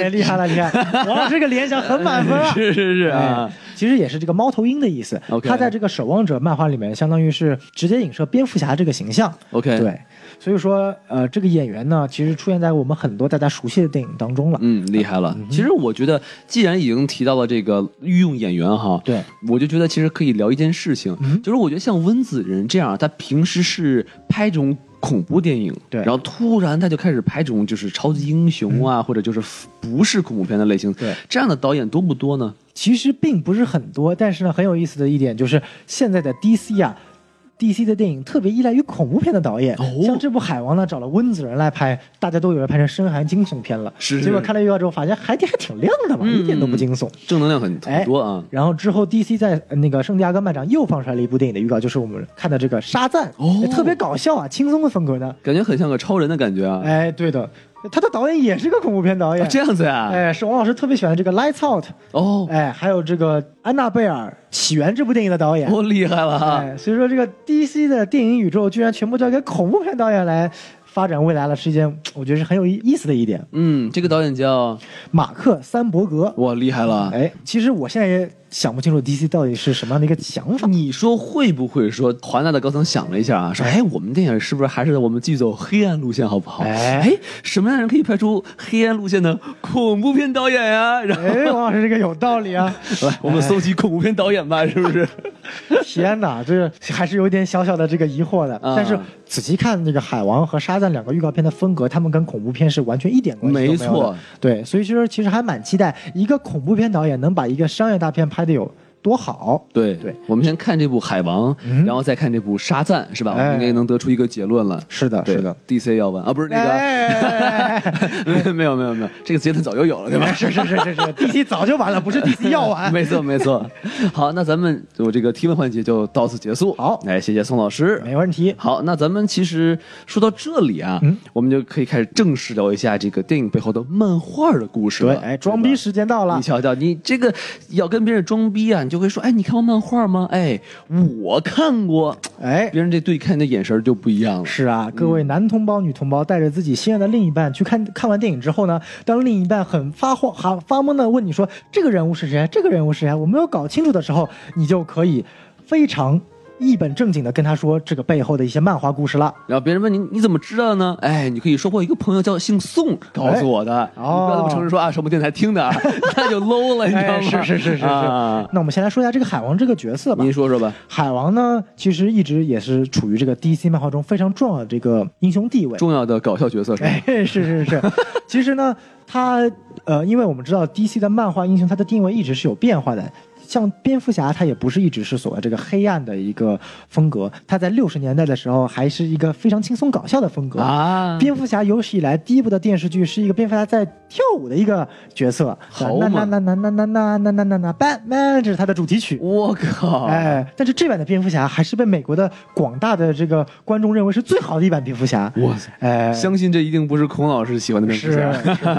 Speaker 3: 哎，
Speaker 2: 厉害了，厉害！ 王老师这个联想很满分啊。
Speaker 3: 是是是啊
Speaker 2: 哎，其实也是这个猫头鹰的意思。
Speaker 3: OK
Speaker 2: 它在这个《守望者》漫画里面，相当于是直接影射蝙蝠侠这个形象。
Speaker 3: OK
Speaker 2: 对，所以说，呃，这个演员呢，其实出现在我们很多大家熟悉的电影当中了。
Speaker 3: 嗯，厉害了。其实我觉得，既然已经提到了这个御用演员哈，
Speaker 2: 对，嗯
Speaker 3: 我就觉得其实可以聊一件事情，就是我觉得像温子仁这样，他平时是拍这种。恐怖电影，
Speaker 2: 对
Speaker 3: 然后突然他就开始拍这种就是超级英雄啊，或者就是不是恐怖片的类型，
Speaker 2: 嗯对，
Speaker 3: 这样的导演多不多呢？
Speaker 2: 其实并不是很多，但是呢，很有意思的一点就是现在的 DC 啊。 DC 的电影特别依赖于恐怖片的导演，
Speaker 3: 哦
Speaker 2: 像这部《海王》呢，找了温子仁来拍，大家都以为拍成深韩惊悚片了，
Speaker 3: 是
Speaker 2: 结果看了预告之后，发现海底还挺亮的嘛，一点都不惊悚。
Speaker 3: 正能量很
Speaker 2: 哎
Speaker 3: 很多啊。
Speaker 2: 然后之后，DC 在呃那个圣地亚哥漫展又放出来了一部电影的预告，就是我们看的这个《沙赞》，
Speaker 3: 哦
Speaker 2: 哎特别搞笑啊，轻松的风格呢。
Speaker 3: 感觉很像个超人的感觉啊！
Speaker 2: 哎，对的，他的导演也是个恐怖片导演，
Speaker 3: 啊这样子呀、
Speaker 2: 哎，是王老师特别喜欢的这个《Lights Out》，
Speaker 3: 哦，
Speaker 2: 哎，还有这个《安娜贝尔：起源》这部电影的导演。
Speaker 3: 哦，厉害了啊！
Speaker 2: 哎，所以说这个 DC 的电影宇宙居然全部交给恐怖片导演来发展未来了，是一件我觉得是很有意意思的一点。
Speaker 3: 嗯，这个导演叫
Speaker 2: 马克·三伯格，
Speaker 3: 哇，厉害了！
Speaker 2: 哎，其实我现在也想不清楚 DC 到底是什么样的一个想法。
Speaker 3: 你说会不会说华纳的高层想了一下啊，说哎，我们电影是不是还是我们继续走黑暗路线好不好？
Speaker 2: 哎
Speaker 3: 哎，什么样的人可以拍出黑暗路线的恐怖片导演呀、然后
Speaker 2: 哎，王老师这个有道理啊！
Speaker 3: 来，我们搜集恐怖片导演 吧，是不是？
Speaker 2: 天哪，这还是有点小小的这个疑惑的。
Speaker 3: 啊
Speaker 2: 但是仔细看这个《海王》和《沙赞》两个预告片的风格，他们跟恐怖片是完全一点关系都没有的。
Speaker 3: 没错，
Speaker 2: 对，所以其实其实还蛮期待一个恐怖片导演能把一个商业大片拍的有多好。
Speaker 3: 对
Speaker 2: 对，嗯
Speaker 3: 我们先看这部《海王》然后再看这部《沙赞》，是吧？我
Speaker 2: 哎
Speaker 3: 们应该能得出一个结论了。
Speaker 2: 是的，
Speaker 3: 对
Speaker 2: 是的。
Speaker 3: ，DC 要问啊，不是那个，
Speaker 2: 哎，
Speaker 3: 没有没有没有，这个结论早就有了，对吧？
Speaker 2: 是是是是是，DC 早就完了，不是 DC 要完。
Speaker 3: 没错，没错。好，那咱们我这个提问环节就到此结束。
Speaker 2: 好
Speaker 3: 哎，谢谢宋老师。
Speaker 2: 没问题。
Speaker 3: 好，那咱们其实说到这里啊，
Speaker 2: 嗯
Speaker 3: 我们就可以开始正式聊一下这个电影背后的漫画的故事了。
Speaker 2: 对，哎，装逼
Speaker 3: 对吧
Speaker 2: 时间到了
Speaker 3: 你。瞧瞧，你这个要跟别人装逼啊，你就会说，哎，你看过漫画吗？哎，我看过。
Speaker 2: 哎，
Speaker 3: 别人这对看你的眼神儿就不一样了。
Speaker 2: 是啊，各位男同胞、女同胞带着自己心爱的另一半去看看完电影之后呢，当另一半很发慌、哈发懵的问你说这个人物是谁，啊这个人物是谁，我没有搞清楚的时候，你就可以非常一本正经的跟他说这个背后的一些漫画故事了。
Speaker 3: 然后别人问你你怎么知道呢？哎，你可以说我一个朋友叫姓宋告诉我
Speaker 2: 哎
Speaker 3: 的，你不要这么承认说啊什么电台 听的，啊，那就 low 了，你知道
Speaker 2: 哦
Speaker 3: 吗？
Speaker 2: 哎，是是是是是。
Speaker 3: 啊，
Speaker 2: 那我们先来说一下这个海王这个角色吧。
Speaker 3: 您说说吧。
Speaker 2: 海王呢，其实一直也是处于这个 DC 漫画中非常重要的这个英雄地位。
Speaker 3: 重要的搞笑角色是吧？
Speaker 2: 哎，是是是，其实呢，他呃，因为我们知道 DC 的漫画英雄，它的定位一直是有变化的。像蝙蝠侠，他也不是一直是所谓这个黑暗的一个风格，他在六十年代的时候还是一个非常轻松搞笑的风格。
Speaker 3: 啊，
Speaker 2: 蝙蝠侠有史以来第一部的电视剧是一个蝙蝠侠在跳舞的一个角色，
Speaker 3: 好
Speaker 2: 那
Speaker 3: 嘛
Speaker 2: 那那那那那那那那那那 Batman，这是他的主题曲。
Speaker 3: 我靠！
Speaker 2: 哎，但是这版的蝙蝠侠还是被美国的广大的这个观众认为是最好的一版蝙蝠侠。
Speaker 3: 哇塞！
Speaker 2: 哎，
Speaker 3: 相信这一定不是孔老师喜欢的蝙蝠
Speaker 2: 是
Speaker 3: 侠。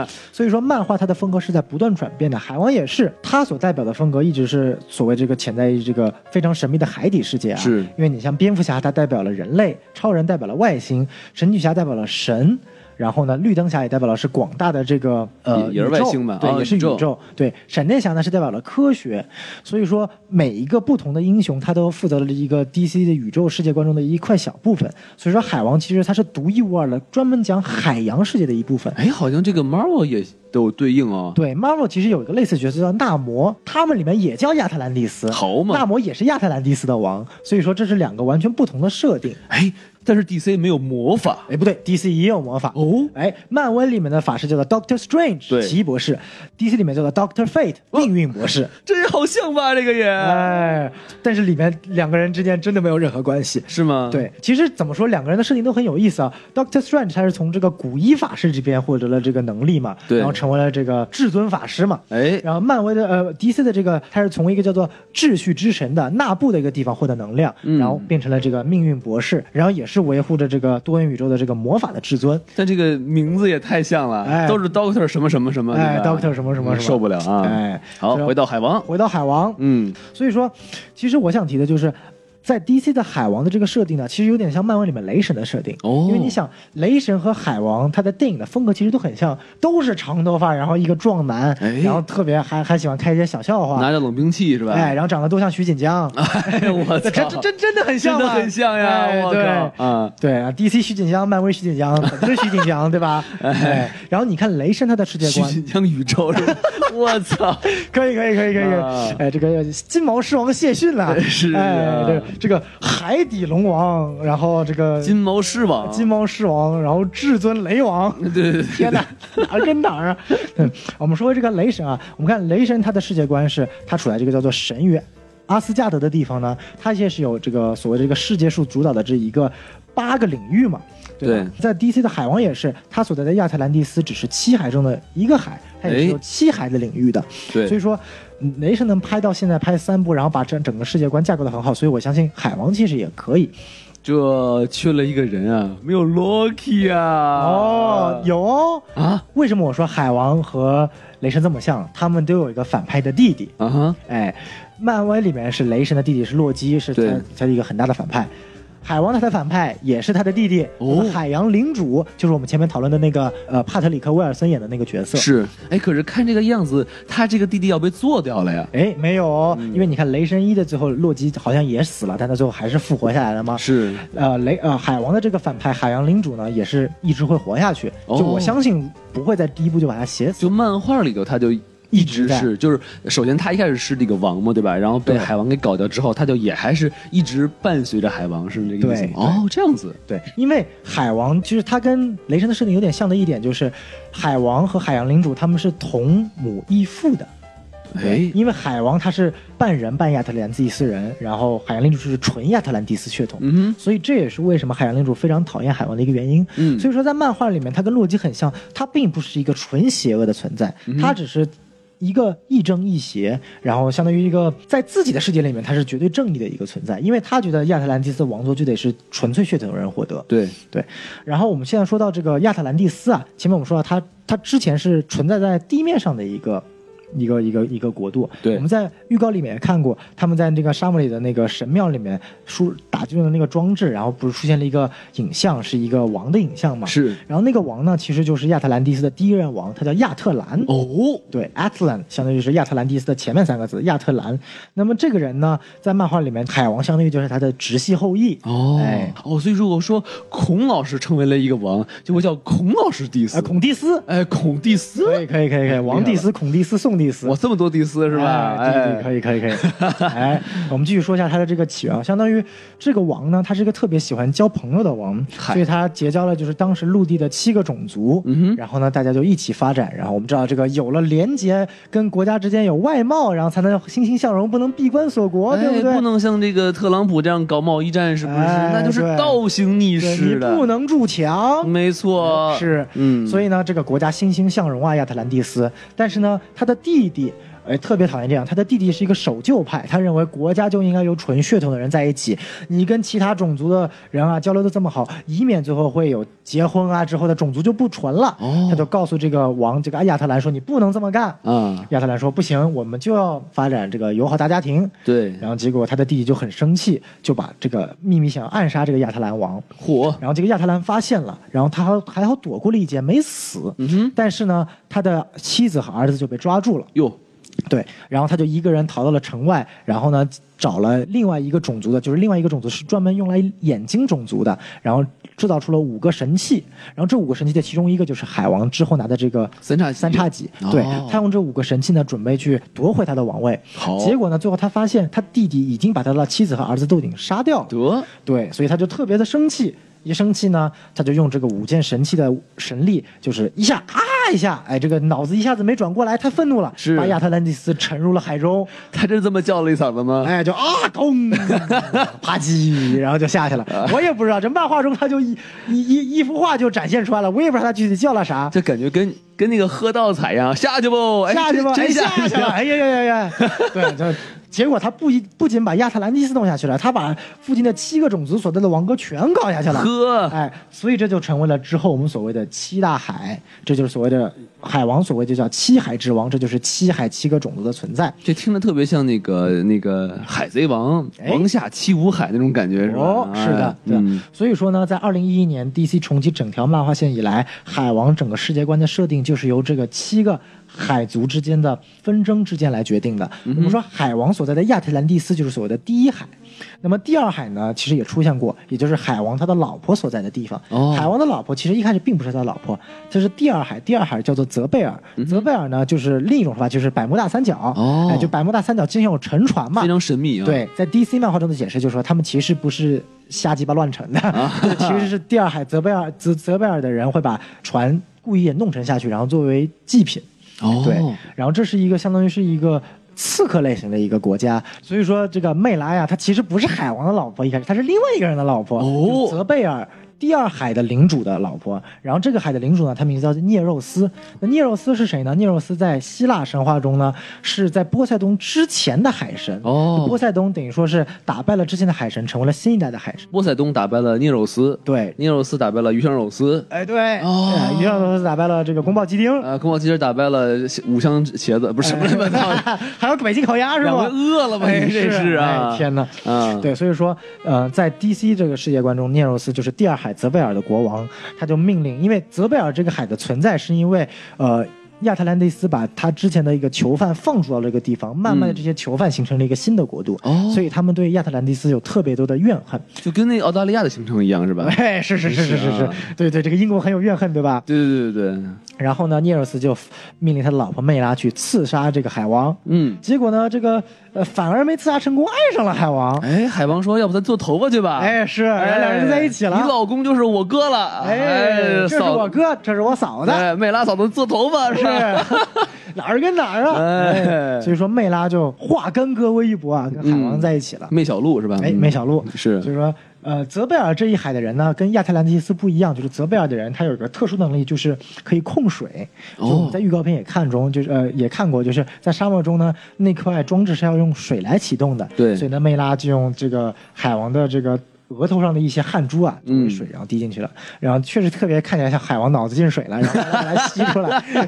Speaker 2: 是， 所以说漫画它的风格是在不断转变的，海王也是，它所代表的风格一直是所谓这个潜在于这个非常神秘的海底世界啊。
Speaker 3: 是
Speaker 2: 因为你像蝙蝠侠，它代表了人类；超人代表了外星；神奇侠代表了神。然后呢，绿灯侠也代表了是广大的这个呃
Speaker 3: 也也
Speaker 2: 宇
Speaker 3: 是
Speaker 2: 宙
Speaker 3: 外星嘛
Speaker 2: 对，
Speaker 3: 啊
Speaker 2: 也是
Speaker 3: 宇宙
Speaker 2: 宇宙。对，闪电侠呢是代表了科学，所以说每一个不同的英雄，他都负责了一个 DC 的宇宙世界观中的一块小部分。所以说，海王其实它是独一无二的，专门讲海洋世界的一部分。
Speaker 3: 哎，好像这个 Marvel 也都有对应啊。
Speaker 2: 对，Marvel 其实有一个类似角色叫纳摩，他们里面也叫亚特兰蒂斯，
Speaker 3: 好嘛
Speaker 2: 纳摩也是亚特兰蒂斯的王，所以说这是两个完全不同的设定。
Speaker 3: 哎，但是 DC 没有魔法
Speaker 2: 哎，不对，DC 也有魔法
Speaker 3: 哦
Speaker 2: 哎，漫威里面的法师叫做 Doctor
Speaker 3: 对哦
Speaker 2: Strange，奇异博士；DC 里面叫做 Doctor Fate，命运博 士。
Speaker 3: 这也好像吧？这个也
Speaker 2: 哎，但是里面两个人之间真的没有任何关系。
Speaker 3: 是吗？，
Speaker 2: 对，其实怎么说，两个人的设定都很有意思啊。Doctor Strange 他是从这个古一法师这边获得了这个能力嘛，
Speaker 3: 对
Speaker 2: 然后成为了这个至尊法师嘛。
Speaker 3: 哎，
Speaker 2: 然后漫威的呃 DC 的这个，它是从一个叫做秩序之神的纳布的一个地方获得能量，
Speaker 3: 嗯
Speaker 2: 然后变成了这个命运博士，然后也是维护着这个多元宇宙的这个魔法的至尊。
Speaker 3: 但这个名字也太像了，
Speaker 2: 哎
Speaker 3: 都是 Doctor 什么什么什么，
Speaker 2: 哎
Speaker 3: 对吧
Speaker 2: ，Doctor 什么什么什么
Speaker 3: 受不了啊！
Speaker 2: 哎
Speaker 3: 好，
Speaker 2: 这
Speaker 3: 回到海王，
Speaker 2: 回到海王，
Speaker 3: 嗯，
Speaker 2: 所以说，其实我想提的就是。在 DC 的海王的这个设定呢，其实有点像漫威里面雷神的设定，
Speaker 3: 哦
Speaker 2: 因为你想，雷神和海王他的电影的风格其实都很像，都是长头发，然后一个壮男，
Speaker 3: 哎
Speaker 2: 然后特别还还喜欢开一些小笑话
Speaker 3: 拿，着冷兵器是吧？
Speaker 2: 哎，然后长得都像徐锦江，
Speaker 3: 哎，我
Speaker 2: 这
Speaker 3: 操，
Speaker 2: 这这 真的很像
Speaker 3: 真的
Speaker 2: 吧
Speaker 3: 很像呀！
Speaker 2: 哎
Speaker 3: 我
Speaker 2: 对
Speaker 3: 靠，啊，
Speaker 2: 对啊，DC 徐锦江，漫威徐锦江，本尊徐锦江，对 吧？哎，然后你看雷神他的世界
Speaker 3: 徐
Speaker 2: 观，
Speaker 3: 锦江宇宙是吧？我操，
Speaker 2: 可以可以可以可以可
Speaker 3: 啊
Speaker 2: 以，哎，这个金毛狮王谢逊呐，
Speaker 3: 是啊
Speaker 2: 哎，这个这个海底龙王，然后这个
Speaker 3: 金毛狮王，
Speaker 2: 金毛狮王，然后至尊雷王，
Speaker 3: 对对对，
Speaker 2: 天哪，哪儿跟哪 儿啊？嗯，我们说这个雷神啊，我们看雷神他的世界观是，他处在这个叫做神与阿斯加德的地方呢，它也是有这个所谓的这个世界树主导的这一个八个领域嘛。对吧，在 DC 的海王也是，它所在的亚特兰蒂斯只是七海中的一个海，它也是有
Speaker 3: 哎
Speaker 2: 七海的领域的。所以
Speaker 3: 对，
Speaker 2: 说，嗯雷神能拍到现在拍三部，然后把这整个世界观架构的很好，所以我相信海王其实也可以。
Speaker 3: 这缺了一个人啊，没有 Loki 啊。
Speaker 2: 哦，有哦。
Speaker 3: 啊
Speaker 2: 为什么我说海王和雷神这么像？他们都有一个反派的弟弟。
Speaker 3: 啊哈，
Speaker 2: 哎，漫威里面是雷神的弟弟是洛基，是
Speaker 3: 对
Speaker 2: 他他是一个很大的反派。海王的他的反派也是他的弟弟，
Speaker 3: 哦
Speaker 2: 海洋领主就是我们前面讨论的那个呃帕特里克威尔森演的那个角色。
Speaker 3: 是。哎，可是看这个样子，他这个弟弟要被做掉了呀。
Speaker 2: 哎，没有哦，
Speaker 3: 嗯
Speaker 2: 因为你看雷神一的最后洛基好像也死了，但他最后还是复活下来了吗？
Speaker 3: 是
Speaker 2: 呃，雷呃，海王的这个反派海洋领主呢，也是一直会活下去。
Speaker 3: 哦
Speaker 2: 就我相信不会在第一部就把他写死。
Speaker 3: 就漫画里头，他就一直
Speaker 2: 一直
Speaker 3: 是，就是首先他一开始是这个王嘛，对吧？然后被
Speaker 2: 对
Speaker 3: 海王给搞掉之后，他就也还是一直伴随着海王，是这个意思
Speaker 2: 对
Speaker 3: 吗？哦，这样子，
Speaker 2: 对，因为海王其实他跟雷神的设定有点像的一点就是，海王和海洋领主他们是同母异父的。
Speaker 3: 哎，
Speaker 2: 因为海王他是半人半亚特兰蒂斯人，然后海洋领主是纯亚特兰蒂斯血统。
Speaker 3: 嗯
Speaker 2: 所以这也是为什么海洋领主非常讨厌海王的一个原因。
Speaker 3: 嗯
Speaker 2: 所以说在漫画里面，他跟洛基很像，他并不是一个纯邪恶的存在，
Speaker 3: 嗯
Speaker 2: 他只是一个亦正亦邪，然后相当于一个在自己的世界里面他是绝对正义的一个存在，因为他觉得亚特兰蒂斯的王座就得是纯粹血统人获得。
Speaker 3: 哼，对，
Speaker 2: 对，然后我们现在说到这个亚特兰蒂斯啊，前面我们说到它，它之前是存在在地面上的一个。一个一个一个国度，
Speaker 3: 对
Speaker 2: 我们在预告里面也看过，他们在那个沙漠里的那个神庙里面输打进了那个装置，然后不是出现了一个影像，是一个王的影像嘛？
Speaker 3: 是
Speaker 2: 然后那个王呢，其实就是亚特兰蒂斯的第一任王，他叫亚特兰。
Speaker 3: 哦，
Speaker 2: 对，Atlan 相当于是亚特兰蒂斯的前面三个字亚特兰。那么这个人呢，在漫画里面，海王相当于就是他的直系后裔。
Speaker 3: 哦，
Speaker 2: 哎
Speaker 3: 哦，所以如果说孔老师成为了一个王，就会叫孔老师第
Speaker 2: 呃，
Speaker 3: 四，
Speaker 2: 孔蒂斯，
Speaker 3: 哎，孔蒂斯，
Speaker 2: 可以可以可以
Speaker 3: 哎
Speaker 2: 可以，王蒂斯、孔蒂斯、宋蒂斯，
Speaker 3: 我这么多蒂斯是吧？
Speaker 2: 哎对对
Speaker 3: 哎，
Speaker 2: 可以可以可 以。哎，我们继续说一下他的这个起源啊，相当于这个王呢，他是一个特别喜欢交朋友的王，
Speaker 3: 嗨嗯
Speaker 2: 所以他结交了就是当时陆地的七个种族，然后呢，大家就一起发展。然后我们知道这个有了联结，跟国家之间有外贸，然后才能欣欣向荣，不能闭关锁国，哦对
Speaker 3: 哎，
Speaker 2: 对？
Speaker 3: 不能像这个特朗普这样搞贸易战，是不是？
Speaker 2: 哎
Speaker 3: 那就是
Speaker 2: 对
Speaker 3: 倒行逆
Speaker 2: 对你
Speaker 3: 施的，嗯
Speaker 2: 不能筑墙，
Speaker 3: 没错，
Speaker 2: 是，
Speaker 3: 嗯，
Speaker 2: 所以呢，这个国家欣欣向荣啊，亚特兰蒂斯。但是呢，他的弟弟。哎，特别讨厌这样。他的弟弟是一个守旧派，他认为国家就应该由纯血统的人在一起。你跟其他种族的人啊交流的这么好，以免最后会有结婚啊之后的种族就不纯了。
Speaker 3: 哦
Speaker 2: 他就告诉这个王，这个亚特兰说：“你不能这么干。”
Speaker 3: 啊，
Speaker 2: 亚特兰说：“不行，我们就要发展这个友好大家庭。”
Speaker 3: 对，
Speaker 2: 然后结果他的弟弟就很生气，就把这个秘密想要暗杀这个亚特兰王。
Speaker 3: 火，
Speaker 2: 然后这个亚特兰发现了，然后他还还好躲过了一劫，没死。
Speaker 3: 嗯哼，
Speaker 2: 但是呢，他的妻子和儿子就被抓住了，
Speaker 3: 哟，
Speaker 2: 对，然后他就一个人逃到了城外，然后呢，找了另外一个种族的，就是另外一个种族是专门用来眼睛种族的，然后制造出了五个神器，然后这五个神器的其中一个就是海王之后拿的这个
Speaker 3: 三叉戟
Speaker 2: 三叉戟
Speaker 3: 哦，
Speaker 2: 对他用这五个神器呢，准备去夺回他的王位，
Speaker 3: 好
Speaker 2: 结果呢，最后他发现他弟弟已经把他的妻子和儿子都已经杀掉了，
Speaker 3: 得，
Speaker 2: 对，所以他就特别的生气。一生气呢，他就用这个五件神器的神力，就是一下啊一下，哎，这个脑子一下子没转过来，太愤怒了，
Speaker 3: 是
Speaker 2: 把亚特兰蒂斯沉入了海中，
Speaker 3: 他真这么叫了一嗓子吗？
Speaker 2: 哎，就啊咚，啪叽，然后就下去了。我也不知道这漫画中他就一一一一幅画就展现出来了，我也不知道他具体叫了啥。
Speaker 3: 这感觉跟跟那个喝倒彩一样，下去不？哎
Speaker 2: 下去吧，
Speaker 3: 真
Speaker 2: 哎
Speaker 3: 真
Speaker 2: 下去了，哎呀呀呀 呀！对，就结果他不一不仅把亚特兰蒂斯弄下去了，他把附近的七个种族所在的王国全搞下去了。
Speaker 3: 喝，
Speaker 2: 哎，所以这就成为了之后我们所谓的七大海，这就是所谓的海王，所谓就叫七海之王，这就是七海七个种族的存在。
Speaker 3: 这听着特别像那个那个海贼王
Speaker 2: 哎
Speaker 3: 王下七武海那种感觉，是吧？
Speaker 2: 哦，是的
Speaker 3: 哎，
Speaker 2: 对的
Speaker 3: 嗯，
Speaker 2: 所以说呢，在二零一一年 DC 重启整条漫画线以来，海王整个世界观的设定就是由这个七个海族之间的纷争之间来决定的。
Speaker 3: 嗯
Speaker 2: 我们说海王所在的亚特兰蒂斯就是所谓的第一海，那么第二海呢，其实也出现过，也就是海王他的老婆所在的地方。
Speaker 3: 哦
Speaker 2: 海王的老婆其实一开始并不是他老婆，这是第二海，第二海叫做泽贝尔，泽贝尔呢就是另一种说法，就是百慕大三角。
Speaker 3: 嗯哦
Speaker 2: 哎，就百慕大三角经常有沉船嘛
Speaker 3: 非，常神秘啊。，
Speaker 2: 对，在 DC 漫画中的解释就是说，他们其实不是瞎鸡巴乱成的， 对其实是第二海泽贝尔泽泽贝尔的人会把船故意也弄沉下去，然后作为祭品。
Speaker 3: 哦
Speaker 2: 对，然后这是一个相当于是一个。刺客类型的一个国家，所以说这个魅拉呀，她其实不是海王的老婆，一开始她是另外一个人的老婆，
Speaker 3: 哦
Speaker 2: 就是泽贝尔。第二海的领主的老婆，然后这个海的领主呢，她名字叫涅肉斯。那涅肉斯是谁呢？涅肉斯在希腊神话中呢，是在波塞冬之前的海神。
Speaker 3: 哦
Speaker 2: 波塞冬等于说是打败了之前的海神，成为了新一代的海神。
Speaker 3: 波塞冬打败了涅肉斯，
Speaker 2: 对，
Speaker 3: 涅肉斯打败了鱼香肉丝，
Speaker 2: 哎对，
Speaker 3: 哦
Speaker 2: 哎于上头是打败了这个宫保鸡丁，
Speaker 3: 呃，宫保鸡丁打败了五香茄子，不是什么 乱七八 糟的，
Speaker 2: 还有北京烤哎鸭是
Speaker 3: 让
Speaker 2: 吧？
Speaker 3: 人饿了吧？
Speaker 2: 哎
Speaker 3: 你这
Speaker 2: 是
Speaker 3: 啊，
Speaker 2: 哎天哪！
Speaker 3: 啊，
Speaker 2: 对，所以说，呃，在 DC 这个世界观中，涅柔斯就是第二海泽贝尔的国王，他就命令，因为泽贝尔这个海的存在，是因为呃。亚特兰蒂斯把他之前的一个囚犯放逐到这个地方，慢慢的这些囚犯形成了一个新的国度，
Speaker 3: 哦
Speaker 2: 所以他们对亚特兰蒂斯有特别多的怨恨。
Speaker 3: 就跟那澳大利亚的行程一样是吧？
Speaker 2: 哎，是是是是是
Speaker 3: 是
Speaker 2: 是
Speaker 3: 啊，
Speaker 2: 对对，这个英国很有怨恨，对吧？
Speaker 3: 对对对对，
Speaker 2: 然后呢，涅柔斯就命令他的老婆魅拉去刺杀这个海王，
Speaker 3: 嗯，
Speaker 2: 结果呢，这个呃反而没刺杀成功，爱上了海王。
Speaker 3: 哎，海王说，要不咱做头发去吧？哎
Speaker 2: 哎，是，然后两人在一起了。
Speaker 3: 你老公就是我哥了，
Speaker 2: 哎，这是
Speaker 3: 嫂
Speaker 2: 我哥，这是我嫂子，
Speaker 3: 哎，美拉嫂子做头发是
Speaker 2: 是哪儿跟哪儿啊？
Speaker 3: 哎嗯
Speaker 2: 所以说魅拉就化干戈为玉帛啊，跟海王在一起了。
Speaker 3: 媚小鹿是吧？
Speaker 2: 哎，
Speaker 3: 嗯
Speaker 2: 梅小鹿
Speaker 3: 是
Speaker 2: 所以说，呃，泽贝尔这一海的人呢，跟亚特兰蒂斯不一样，就是泽贝尔的人他有一个特殊能力，就是可以控水。
Speaker 3: 哦
Speaker 2: 就我们在预告片也看中，就是呃也看过，就是在沙漠中呢，那块装置是要用水来启动的。
Speaker 3: 对
Speaker 2: 所以呢，梅拉就用这个海王的这个。额头上的一些汗珠啊，
Speaker 3: 嗯
Speaker 2: 作为水，然后滴进去了，然后确实特别看起来像海王脑子进水了，然后把它来吸出来，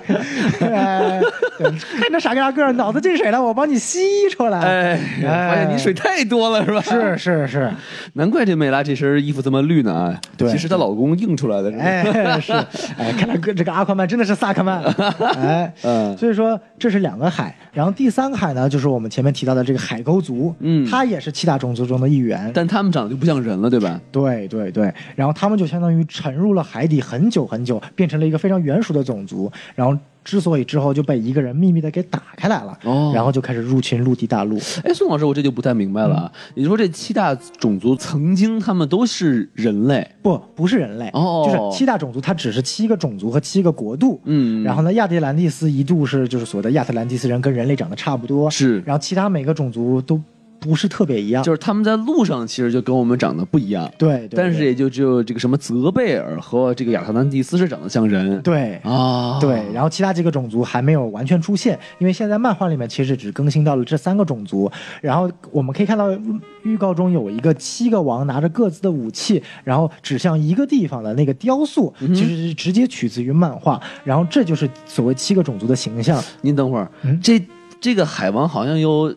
Speaker 2: 哎对看着傻个傻个儿，脑子进水了，我帮你吸出来。
Speaker 3: 哎，发现你水太多了是吧？
Speaker 2: 是，是是，
Speaker 3: 难怪这美拉这身衣服这么绿呢啊！
Speaker 2: 对
Speaker 3: 其实她老公映出来的是吧？
Speaker 2: 哎，是，哎，看来哥这个阿宽曼真的是萨克 曼，哎，
Speaker 3: 嗯
Speaker 2: 所以说这是两个海，然后第三个海呢，就是我们前面提到的这个海沟族，
Speaker 3: 嗯
Speaker 2: 它也是七大种族中的一员，
Speaker 3: 但他们长得就不像人了，对吧？
Speaker 2: 对对对，然后他们就相当于沉入了海底很久很久，变成了一个非常原始的种族，然后。之所以之后就被一个人秘密的给打开来了，
Speaker 3: 哦
Speaker 2: 然后就开始入侵陆地大陆，
Speaker 3: 哎，宋老师，我这就不太明白了啊！
Speaker 2: 嗯
Speaker 3: 你说这七大种族曾经他们都是人类，
Speaker 2: 不，不是人类，
Speaker 3: 哦
Speaker 2: 就是七大种族，它只是七个种族和七个国度。
Speaker 3: 嗯
Speaker 2: 然后呢，亚特兰蒂斯一度是就是所谓的亚特兰蒂斯人跟人类长得差不多，
Speaker 3: 是
Speaker 2: 然后其他每个种族都不是特别一样，
Speaker 3: 就是他们在路上其实就跟我们长得不一样。
Speaker 2: 对，对
Speaker 3: 但是
Speaker 2: 对
Speaker 3: 也就只有这个什么泽贝尔和这个亚特兰蒂斯是长得像人。
Speaker 2: 对。
Speaker 3: 啊，
Speaker 2: 对，然后其他几个种族还没有完全出现，因为现在漫画里面其实只更新到了这三个种族。然后我们可以看到嗯预告中有一个七个王拿着各自的武器，然后指向一个地方的那个雕塑，其实是直接取自于漫画。然后这就是所谓七个种族的形象。
Speaker 3: 您等会儿，
Speaker 2: 嗯
Speaker 3: 这这个海王好像有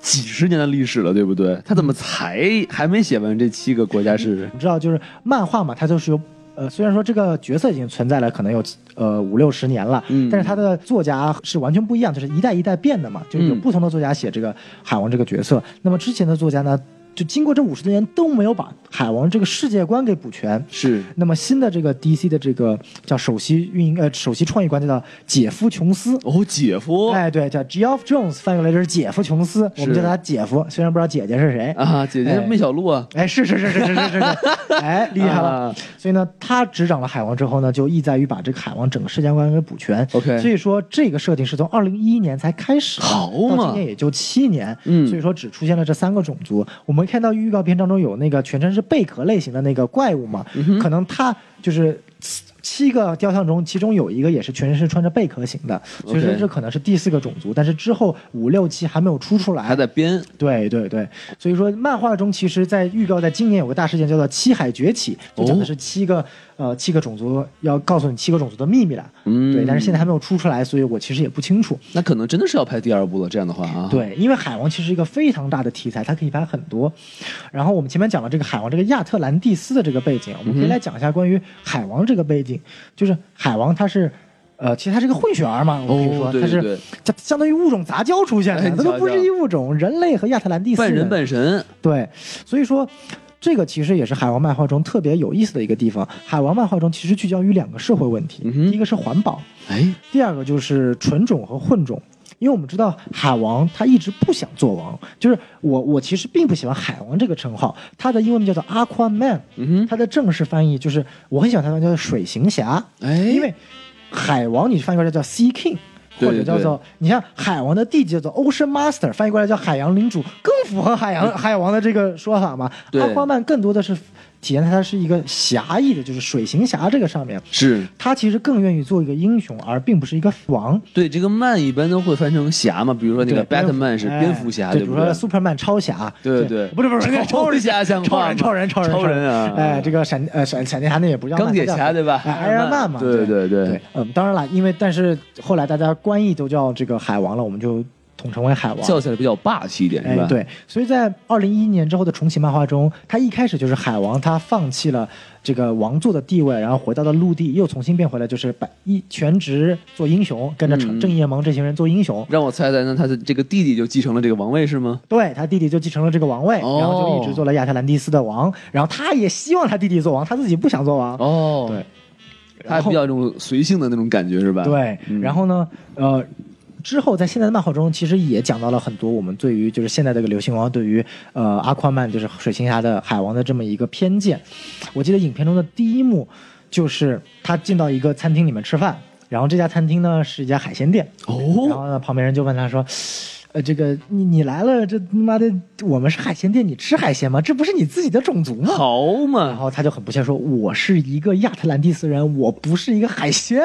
Speaker 3: 几十年的历史了，对不对？他怎
Speaker 2: 嗯
Speaker 3: 么才还没写完这七个国家是？
Speaker 2: 你知道，就是漫画嘛，它就是有。呃，虽然说这个角色已经存在了，可能有呃五六十年了，
Speaker 3: 嗯
Speaker 2: 但是它的作家是完全不一样，就是一代一代变的嘛，就是有
Speaker 3: 嗯
Speaker 2: 不同的作家写这个海王这个角色。那么之前的作家呢，就经过这五十多年都没有把海王这个世界观给补全。
Speaker 3: 是
Speaker 2: 那么新的这个 DC 的这个叫首席运营呃首席创意官叫姐夫琼斯，
Speaker 3: 哦，姐夫、
Speaker 2: 哎对，叫 Geoff Jones，翻译过来就是姐夫琼斯，我们
Speaker 3: 是
Speaker 2: 叫他姐夫，虽然不知道姐姐是谁
Speaker 3: 啊，姐姐
Speaker 2: 哎
Speaker 3: 媚小鹿啊，
Speaker 2: 哎，是是是是是是是，是，哎，厉害了。
Speaker 3: 啊
Speaker 2: 所以呢，他执掌了海王之后呢，就意在于把这个海王整个世界观给补全。
Speaker 3: OK
Speaker 2: 所以说这个设定是从二零一一年才开始的，
Speaker 3: 好
Speaker 2: 到
Speaker 3: 嘛
Speaker 2: 今年也就七年。
Speaker 3: 嗯
Speaker 2: 所以说只出现了这三个种族。我们看到预告片当中有那个全身是贝壳类型的那个怪物嘛，
Speaker 3: 嗯
Speaker 2: 可能他就是。七个雕像中，其中有一个也是全身是穿着贝壳型的，所以说
Speaker 3: OK
Speaker 2: 这可能是第四个种族，但是之后五六七还没有出出来，
Speaker 3: 还在编。
Speaker 2: 对对对，所以说漫画中其实，在预告在今年有个大事件叫做“七海崛起”，就
Speaker 3: 哦
Speaker 2: 讲的是七个、呃七个种族要告诉你七个种族的秘密了。
Speaker 3: 嗯
Speaker 2: 对，但是现在还没有出出来，所以我其实也不清楚。
Speaker 3: 那可能真的是要拍第二部了，这样的话啊，，
Speaker 2: 对，因为海王其实是一个非常大的题材，它可以拍很多。然后我们前面讲了这个海王这个亚特兰蒂斯的这个背景，我们可以来讲一下关于海王这个背景，就是海王他是。呃，其实他是个混血儿嘛，我们可以说，
Speaker 3: 哦对
Speaker 2: 他
Speaker 3: 对
Speaker 2: 是它相当于物种杂交出现的，它
Speaker 3: 哎你
Speaker 2: 都
Speaker 3: 瞧
Speaker 2: 不是
Speaker 3: 瞧
Speaker 2: 一物种，人类和亚特兰蒂斯
Speaker 3: 半人
Speaker 2: 人
Speaker 3: 半神，
Speaker 2: 对，所以说。这个其实也是海王漫画中特别有意思的一个地方。海王漫画中其实聚焦于两个社会问题，
Speaker 3: 嗯哼
Speaker 2: 第一个是环保，
Speaker 3: 哎，
Speaker 2: 第二个就是纯种和混种。因为我们知道海王他一直不想做王，就是我我其实并不喜欢海王这个称号，他的英文名叫做 Aquaman，
Speaker 3: 嗯
Speaker 2: 他的正式翻译就是我很喜欢他的叫做水行侠，
Speaker 3: 哼，哎，
Speaker 2: 因为海王你翻译过来叫 Sea King，
Speaker 3: 哎对
Speaker 2: 或者叫做你像海王的弟叫做 Ocean Master，翻译过来叫海洋领主，更符合海 洋海王的这个说法嘛。
Speaker 3: 对
Speaker 2: 阿夸曼更多的是体现他是一个侠义的，就是水行侠这个上面，
Speaker 3: 是
Speaker 2: 他其实更愿意做一个英雄，而并不是一个王。
Speaker 3: 对这个曼一般都会翻成侠嘛，比如说那个
Speaker 2: 对
Speaker 3: Batman 是
Speaker 2: 哎
Speaker 3: 蝙蝠侠，
Speaker 2: 对，比
Speaker 3: 不
Speaker 2: 如说
Speaker 3: 对？
Speaker 2: Superman 超侠，
Speaker 3: 对对
Speaker 2: 不是不是不是
Speaker 3: 超人侠像
Speaker 2: 超
Speaker 3: 话吗
Speaker 2: 人超人超人
Speaker 3: 超人啊
Speaker 2: 哎，这个闪呃闪闪电侠那也不叫
Speaker 3: 钢铁
Speaker 2: 曼
Speaker 3: 侠对吧
Speaker 2: 哎，Iron Man 嘛，
Speaker 3: 对
Speaker 2: 对
Speaker 3: 对对
Speaker 2: 嗯，当然了，因为但是后来大家官译都叫这个海王了，我们就统称为海王。
Speaker 3: 叫起来比较霸气一点，
Speaker 2: 哎
Speaker 3: 是吧？，
Speaker 2: 对，所以在二零一一年之后的重启漫画中，他一开始就是海王，他放弃了这个王座的地位，然后回到了陆地，又重新变回来，就是把一全职做英雄，跟着
Speaker 3: 嗯嗯
Speaker 2: 正义联盟这群人做英雄。
Speaker 3: 让我猜猜，那他的这个弟弟就继承了这个王位是吗？
Speaker 2: 对他弟弟就继承了这个王位，
Speaker 3: 哦
Speaker 2: 然后就一直做了亚特兰蒂斯的王。然后他也希望他弟弟做王，他自己不想做王。
Speaker 3: 哦，
Speaker 2: 对，
Speaker 3: 他
Speaker 2: 然后
Speaker 3: 比较那种随性的那种感觉是吧？
Speaker 2: 对，
Speaker 3: 嗯
Speaker 2: 然后呢，呃，之后在现在的漫画中，其实也讲到了很多我们对于就是现在这个流星王对于呃阿夸曼就是水行侠的海王的这么一个偏见。我记得影片中的第一幕就是他进到一个餐厅里面吃饭，然后这家餐厅呢是一家海鲜店，然
Speaker 3: 哦，
Speaker 2: 后呢，旁边人就问他说：“呃，这个你你来了，这他妈的，我们是海鲜店，你吃海鲜吗？这不是你自己的种族吗
Speaker 3: 好？”
Speaker 2: 然
Speaker 3: 嘛，
Speaker 2: 后他就很不屑说：“我是一个亚特兰蒂斯人，我不是一个海鲜，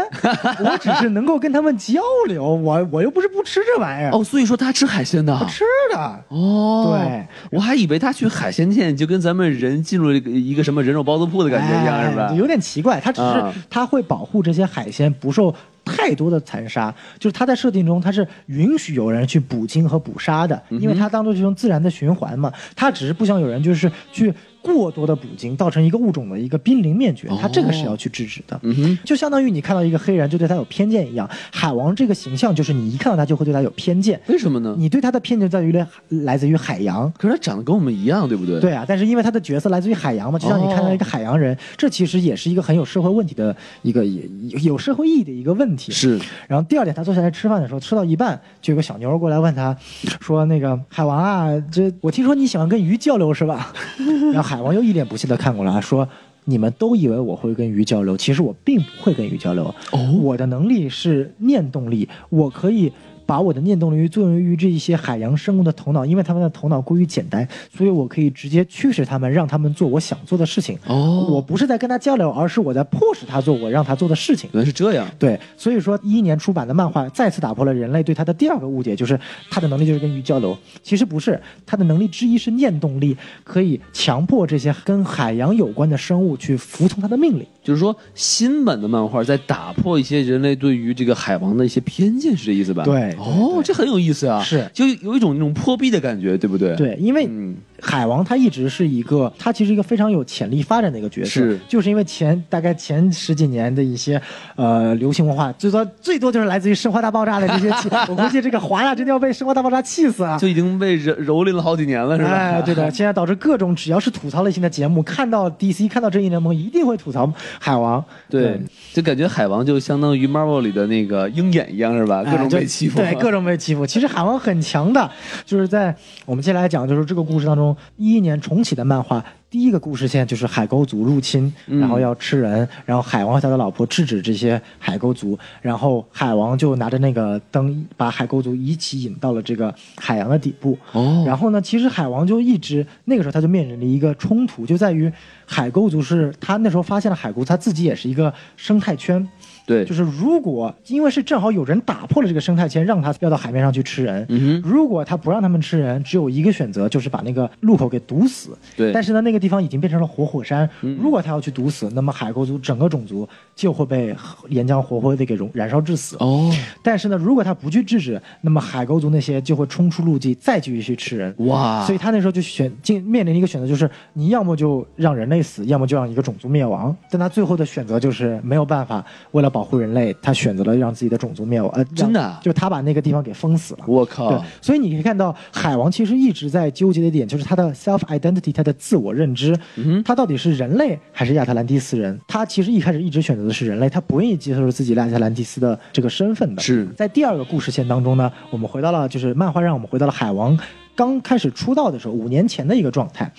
Speaker 2: 我只是能够跟他们交流，我我又不是不吃这玩意儿，
Speaker 3: 哦，所以说他吃海鲜的啊，
Speaker 2: 吃的。”
Speaker 3: 哦，
Speaker 2: 对，
Speaker 3: 我还以为他去海鲜店就跟咱们人进入一个一个什么人肉包子铺的感觉一样，
Speaker 2: 哎
Speaker 3: 是吧？
Speaker 2: 有点奇怪，他只是、
Speaker 3: 啊
Speaker 2: 他会保护这些海鲜不受太多的残杀，就是他在设定中他是允许有人去捕鲸和捕杀的，
Speaker 3: 嗯
Speaker 2: 因为他当做这种自然的循环嘛。他只是不想有人就是去过多的捕鲸，造成一个物种的一个濒临灭绝，他这个是要去制止的。
Speaker 3: 哦嗯哼，
Speaker 2: 就相当于你看到一个黑人就对他有偏见一样，海王这个形象就是你一看到他就会对他有偏见，
Speaker 3: 为什么呢？
Speaker 2: 你对他的偏见在于来来自于海洋，
Speaker 3: 可是他长得跟我们一样，对不对？，
Speaker 2: 对啊，但是因为他的角色来自于海洋嘛，就像你看到一个海洋人，这其实也是一个很有社会问题的一个也也有社会意义的一个问题。。
Speaker 3: 是
Speaker 2: 然后第二点，他坐下来吃饭的时候，吃到一半，就有个小妞儿过来问他，说：“那个海王啊，这我听说你喜欢跟鱼交流是吧？” 然后海王又一脸不屑的看过来，说：“你们都以为我会跟鱼交流，其实我并不会跟鱼交流。
Speaker 3: 哦
Speaker 2: 我的能力是念动力，我可以。”把我的念动力作用于这一些海洋生物的头脑，因为它们的头脑过于简单，所以我可以直接驱使它们，让它们做我想做的事情。
Speaker 3: 哦
Speaker 2: 我不是在跟它交流，而是我在迫使它做我让它做的事情。
Speaker 3: 原来是这样，
Speaker 2: 对，所以说一一年出版的漫画再次打破了人类对他的第二个误解，就是他的能力就是跟鱼交流，其实不是，他的能力之一是念动力，可以强迫这些跟海洋有关的生物去服从他的命令。
Speaker 3: 就是说新版的漫画在打破一些人类对于这个海王的一些偏见，是这意思吧？
Speaker 2: 对对
Speaker 3: 哦，这很有意思啊，
Speaker 2: 是
Speaker 3: 就有一种那种破壁的感觉，对不对？，
Speaker 2: 对，因为
Speaker 3: 嗯，
Speaker 2: 海王他一直是一个，他其实一个非常有潜力发展的一个角色，
Speaker 3: 是
Speaker 2: 就是因为前大概前十几年的一些呃流行文化，最多最多就是来自于《生活大爆炸》的这些 气，我估计这个华纳真的要被《生活大爆炸》气死啊！
Speaker 3: 就已经被蹂蹂躏了好几年了，是吧？
Speaker 2: 哎，对 的，现在导致各种只要是吐槽类型的节目，看到 DC 看到正义联盟一定会吐槽海王。
Speaker 3: 对，就感觉海王就相当于 Marvel 里的那个鹰眼一样，是吧？
Speaker 2: 哎
Speaker 3: 各种被
Speaker 2: 就
Speaker 3: 欺负，
Speaker 2: 对，各种被欺负。其实海王很强的，就是在我们接下来讲，就是这个故事当中，一一年重启的漫画，第一个故事线就是海沟族入侵，
Speaker 3: 嗯
Speaker 2: 然后要吃人，然后海王和他的老婆制止这些海沟族，然后海王就拿着那个灯，把海沟族一起引到了这个海洋的底部。
Speaker 3: 哦
Speaker 2: 然后呢，其实海王就一直那个时候他就面临了一个冲突，就在于海沟族是他那时候发现了海沟，他自己也是一个生态圈。
Speaker 3: 对，
Speaker 2: 就是如果因为是正好有人打破了这个生态圈，让他要到海面上去吃人。
Speaker 3: 嗯哼，
Speaker 2: 如果他不让他们吃人，只有一个选择，就是把那个路口给堵死。
Speaker 3: 对嗯
Speaker 2: 但是呢，那个地方已经变成了活火山。如果他要去堵死，那么海沟族整个种族就会被岩浆活活的给融燃烧致死。
Speaker 3: 哦，
Speaker 2: 但是呢，如果他不去制止，那么海沟族那些就会冲出陆地，再继续去吃人。
Speaker 3: 哇
Speaker 2: 所以他那时候就选，竟面临一个选择，就是你要么就让人类死，要么就让一个种族灭亡。但他最后的选择就是没有办法，为了保护人类，他选择了让自己的种族灭亡。呃，让
Speaker 3: 真的啊
Speaker 2: 就他把那个地方给封死了。
Speaker 3: 我
Speaker 2: 对
Speaker 3: 靠，，
Speaker 2: 所以你可以看到，海王其实一直在纠结的点就是他的 self identity，他的自我认知，
Speaker 3: 嗯
Speaker 2: 他到底是人类还是亚特兰蒂斯人？他其实一开始一直选择的是人类，他不愿意接受自己亚特兰蒂斯的这个身份的。
Speaker 3: 是
Speaker 2: 在第二个故事线当中呢，我们回到了就是漫画让我们回到了海王刚开始出道的时候，五年前的一个状态。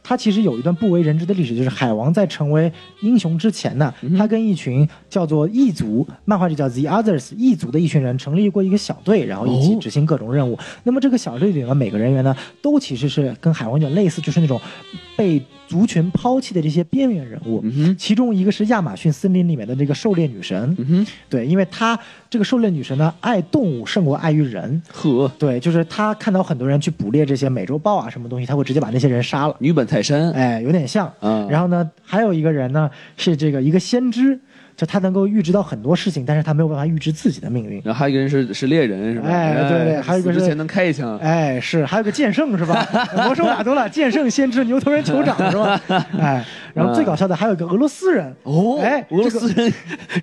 Speaker 2: 它其实有一段不为人知的历史，就是海王在成为英雄之前呢，
Speaker 3: 嗯
Speaker 2: 他跟一群叫做异族，漫画就叫 The Others 异族的一群人成立过一个小队，然后一起
Speaker 3: 哦
Speaker 2: 执行各种任务。那么这个小队里的每个人员呢，都其实是跟海王有点类似，就是那种被族群抛弃的这些边缘人物。
Speaker 3: 嗯哼，
Speaker 2: 其中一个是亚马逊森林里面的那个狩猎女神，
Speaker 3: 嗯哼，
Speaker 2: 对，因为她这个狩猎女神呢，爱动物胜过爱于人。
Speaker 3: 呵，
Speaker 2: 对，就是她看到很多人去捕猎这些美洲豹啊什么东西，她会直接把那些人杀了。
Speaker 3: 女本泰山，
Speaker 2: 哎，有点像。
Speaker 3: 啊
Speaker 2: 然后呢，还有一个人呢是这个一个先知，就他能够预知到很多事情，但是他没有办法预知自己的命运。
Speaker 3: 然后还有一个人是是猎人是吧？
Speaker 2: 哎对对还有一个
Speaker 3: 死
Speaker 2: 是
Speaker 3: 之前能开一枪，
Speaker 2: 哎，是，还有个剑圣是 吧？魔兽打多了，剑圣先知牛头人酋长是吧？哎，然后最搞笑的还有一个俄罗斯人
Speaker 3: 哦，
Speaker 2: 哎，
Speaker 3: 俄罗
Speaker 2: 这个
Speaker 3: 斯人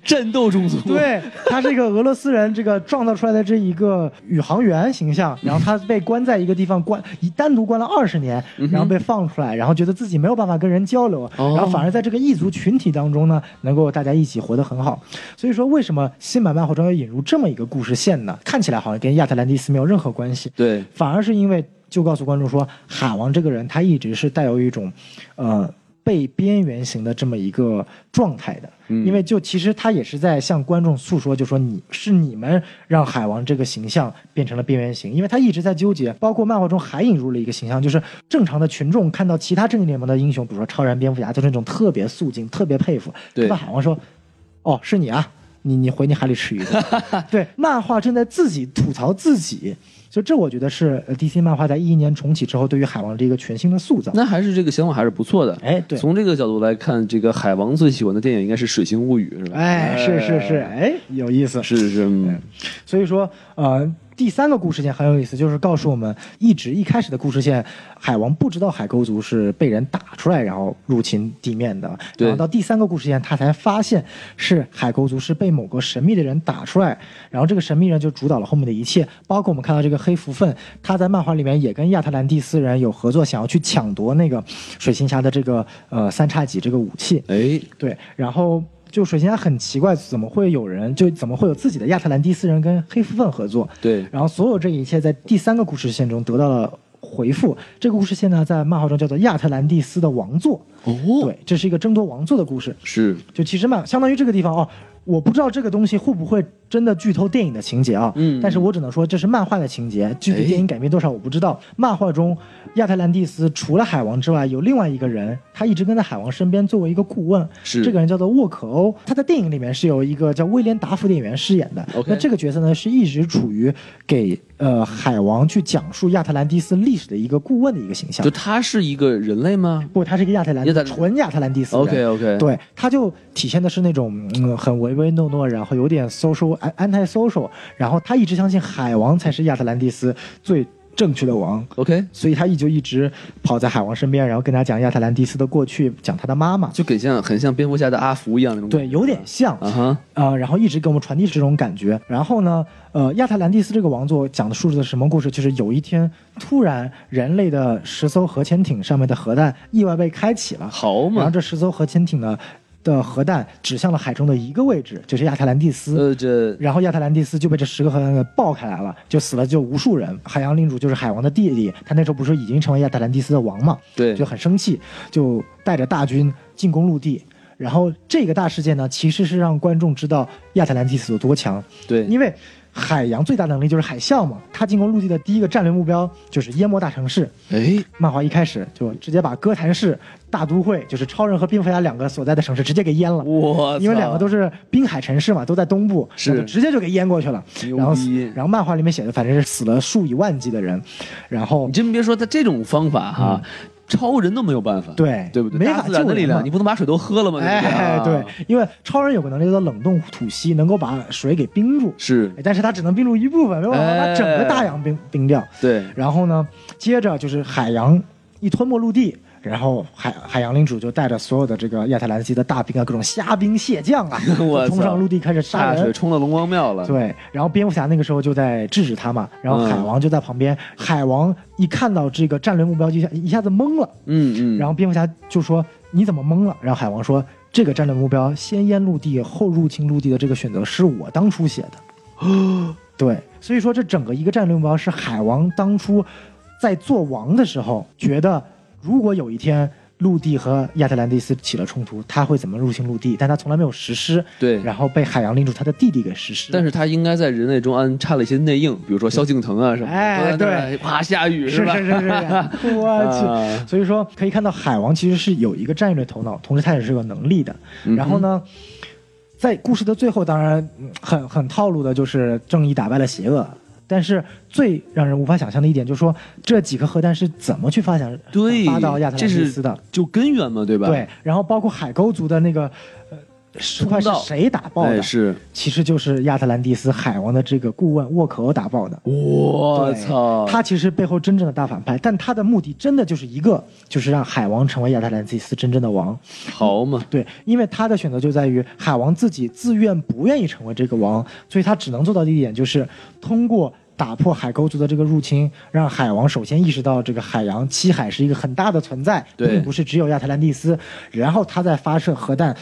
Speaker 3: 战斗种族，，
Speaker 2: 对他是一个俄罗斯人，这个创造出来的这一个宇航员形象，然后他被关在一个地方关，一单独关了二十年，然后被放出来，然后觉得自己没有办法跟人交流，
Speaker 3: 哦
Speaker 2: 然后反而在这个异族群体当中呢，能够大家一起活得很好。所以说，为什么新版漫画中要引入这么一个故事线呢？看起来好像跟亚特兰蒂斯没有任何关系，
Speaker 3: 对
Speaker 2: 反而是因为就告诉观众说，海王这个人他一直是带有一种，呃。被边缘型的这么一个状态的，
Speaker 3: 嗯
Speaker 2: 因为就其实他也是在向观众诉说，就说你是你们让海王这个形象变成了边缘型，因为他一直在纠结，包括漫画中还引入了一个形象，就是正常的群众看到其他正义联盟的英雄，比如说超人、蝙蝠侠，就是那种特别肃静、特别佩服，
Speaker 3: 对
Speaker 2: 那海王说：“哦，是你啊，你你回你海里吃 鱼的。”对，漫画正在自己吐槽自己，就这我觉得是呃 DC 漫画在一一年重启之后对于海王这一个全新的塑造。
Speaker 3: 那还是这个想法还是不错的。
Speaker 2: 哎对
Speaker 3: 从这个角度来看，这个海王最喜欢的电影应该是《水星物语》，是吧？
Speaker 2: 哎，是是是，哎，有意思。
Speaker 3: 是是，嗯
Speaker 2: 所以说，呃，第三个故事线很有意思，就是告诉我们，一直一开始的故事线，海王不知道海沟族是被人打出来，然后入侵地面的。
Speaker 3: 对
Speaker 2: 然后到第三个故事线，他才发现是海沟族是被某个神秘的人打出来，然后这个神秘人就主导了后面的一切，包括我们看到这个黑福分，他在漫画里面也跟亚特兰蒂斯人有合作，想要去抢夺那个水行侠的这个呃三叉戟这个武器。
Speaker 3: 哎，
Speaker 2: 对，然后就首先很奇怪，怎么会有人就怎么会有自己的亚特兰蒂斯人跟黑蝠鲼合作？
Speaker 3: 对
Speaker 2: 然后所有这一切在第三个故事线中得到了回复。这个故事线呢，在漫画中叫做亚特兰蒂斯的王座。
Speaker 3: 哦，
Speaker 2: 对，这是一个争夺王座的故事。
Speaker 3: 是，
Speaker 2: 就其实嘛，相当于这个地方哦，我不知道这个东西会不会真的剧透电影的情节啊。
Speaker 3: 嗯
Speaker 2: 但是我只能说这是漫画的情节，具体电影改编多少我不知道。漫画中，亚特兰蒂斯除了海王之外，有另外一个人，他一直跟在海王身边作为一个顾问。
Speaker 3: 是
Speaker 2: 这个人叫做沃可欧，他在电影里面是由一个叫威廉达福的演员饰演的。
Speaker 3: OK
Speaker 2: 那这个角色呢，是一直处于给呃海王去讲述亚特兰蒂斯历史的一个顾问的一个形象
Speaker 3: 就。他是一个人类吗？
Speaker 2: 不，他是一个亚特兰蒂
Speaker 3: 亚特兰
Speaker 2: 纯亚特兰蒂斯人。
Speaker 3: OK，OK
Speaker 2: 对，他就体现的是那种嗯很唯唯诺诺，然后有点 social an- anti social，然后他一直相信海王才是亚特兰蒂斯最正确的王。
Speaker 3: OK，
Speaker 2: 所以他一就一直跑在海王身边，然后跟他讲亚特兰蒂斯的过去，讲他的妈妈，
Speaker 3: 就给像很像蝙蝠侠的阿福一样那种感
Speaker 2: 对，
Speaker 3: 觉，
Speaker 2: 有点像
Speaker 3: 啊哈，
Speaker 2: 呃，然后一直给我们传递这种感觉。然后呢，呃，亚特兰蒂斯这个王座讲的述的是什么故事？就是有一天，突然人类的十艘核潜艇上面的核弹意外被开启了，
Speaker 3: 好
Speaker 2: 然后
Speaker 3: 嘛，
Speaker 2: 这十艘核潜艇呢的核弹指向了海中的一个位置，就是亚特兰蒂斯。
Speaker 3: 呃，这
Speaker 2: 然后亚特兰蒂斯就被这十个核弹给爆开来了，就死了就无数人。海洋领主就是海王的弟弟，他那时候不是已经成为亚特兰蒂斯的王嘛，
Speaker 3: 对
Speaker 2: 就很生气，就带着大军进攻陆地。然后这个大事件呢，其实是让观众知道亚特兰蒂斯有多强，
Speaker 3: 对
Speaker 2: 因为海洋最大能力就是海啸嘛。他进攻陆地的第一个战略目标就是淹没大城市，
Speaker 3: 哎，
Speaker 2: 漫画一开始就直接把哥谭市、大都会，就是超人和蝙蝠侠两个所在的城市直接给淹了。
Speaker 3: 我操
Speaker 2: 因为两个都是滨海城市嘛，都在东部，
Speaker 3: 是
Speaker 2: 然后就直接就给淹过去了。
Speaker 3: 牛
Speaker 2: 然后
Speaker 3: 逼，
Speaker 2: 然后漫画里面写的，反正是死了数以万计的人，然后
Speaker 3: 你真别说，他这种方法哈，超人都没有办法，
Speaker 2: 嗯对
Speaker 3: 对不对？
Speaker 2: 没法
Speaker 3: 大自然的力
Speaker 2: 救人嘛
Speaker 3: 量，你不能把水都喝了吗？对不
Speaker 2: 哎，
Speaker 3: 对
Speaker 2: 对
Speaker 3: 啊，，
Speaker 2: 因为超人有个能力叫做冷冻吐息，能够把水给冰住，哎
Speaker 3: 是，
Speaker 2: 但是他只能冰住一部分，没有办法把
Speaker 3: 哎
Speaker 2: 整个大洋冰冰掉。
Speaker 3: 对，，
Speaker 2: 然后呢，接着就是海洋一吞没陆地，然后海海洋领主就带着所有的这个亚特兰蒂斯的大兵啊，各种虾兵蟹将啊
Speaker 3: 我操
Speaker 2: 冲上陆地开始杀
Speaker 3: 大水
Speaker 2: 人。
Speaker 3: 冲到龙王庙了，
Speaker 2: 对，然后蝙蝠侠那个时候就在制止他嘛，然后
Speaker 3: 嗯
Speaker 2: 海王就在旁边。海王一看到这个战略目标，就一下一下子懵了。
Speaker 3: 嗯嗯，
Speaker 2: 然后蝙蝠侠就说：“你怎么懵了？”然后海王说：“这个战略目标，先淹陆地后入侵陆地的这个选择是我当初写的。” 对，所以说这整个一个战略目标是海王当初在做王的时候觉得。如果有一天陆地和亚特兰蒂斯起了冲突，他会怎么入侵陆地？但他从来没有实施，
Speaker 3: 对
Speaker 2: 然后被海洋领主他的弟弟给实施。
Speaker 3: 但是他应该在人类中安插了一些内应，比如说萧敬腾啊什么的，
Speaker 2: 哎
Speaker 3: 都在那儿，啪下雨
Speaker 2: 是
Speaker 3: 吧？
Speaker 2: 是是是，我
Speaker 3: 啊
Speaker 2: 去。所以说，可以看到海王其实是有一个战略头脑，同时他也是有能力的。然后呢，在故事的最后，当然嗯很很套路的就是正义打败了邪恶。但是最让人无法想象的一点就是说，这几颗核弹是怎么去发展
Speaker 3: 对，
Speaker 2: 发到亚特兰
Speaker 3: 这
Speaker 2: 蒂
Speaker 3: 是
Speaker 2: 斯的？
Speaker 3: 就根源嘛，对吧？
Speaker 2: 对，，然后包括海沟族的那个呃石块是
Speaker 3: 通道
Speaker 2: 谁打爆
Speaker 3: 哎
Speaker 2: 的？
Speaker 3: 是，
Speaker 2: 其实就是亚特兰蒂斯海王的这个顾问沃克欧打爆的。
Speaker 3: 我
Speaker 2: 对
Speaker 3: 操，
Speaker 2: 他其实背后真正的大反派，但他的目的真的就是一个，就是让海王成为亚特兰蒂斯真正的王。
Speaker 3: 好嘛，
Speaker 2: 对，因为他的选择就在于海王自己自愿不愿意成为这个王，所以他只能做到的一点就是通过打破海沟族的这个入侵，让海王首先意识到这个海洋七海是一个很大的存在，
Speaker 3: 对
Speaker 2: 并不是只有亚特兰蒂斯，然后他再发射核弹。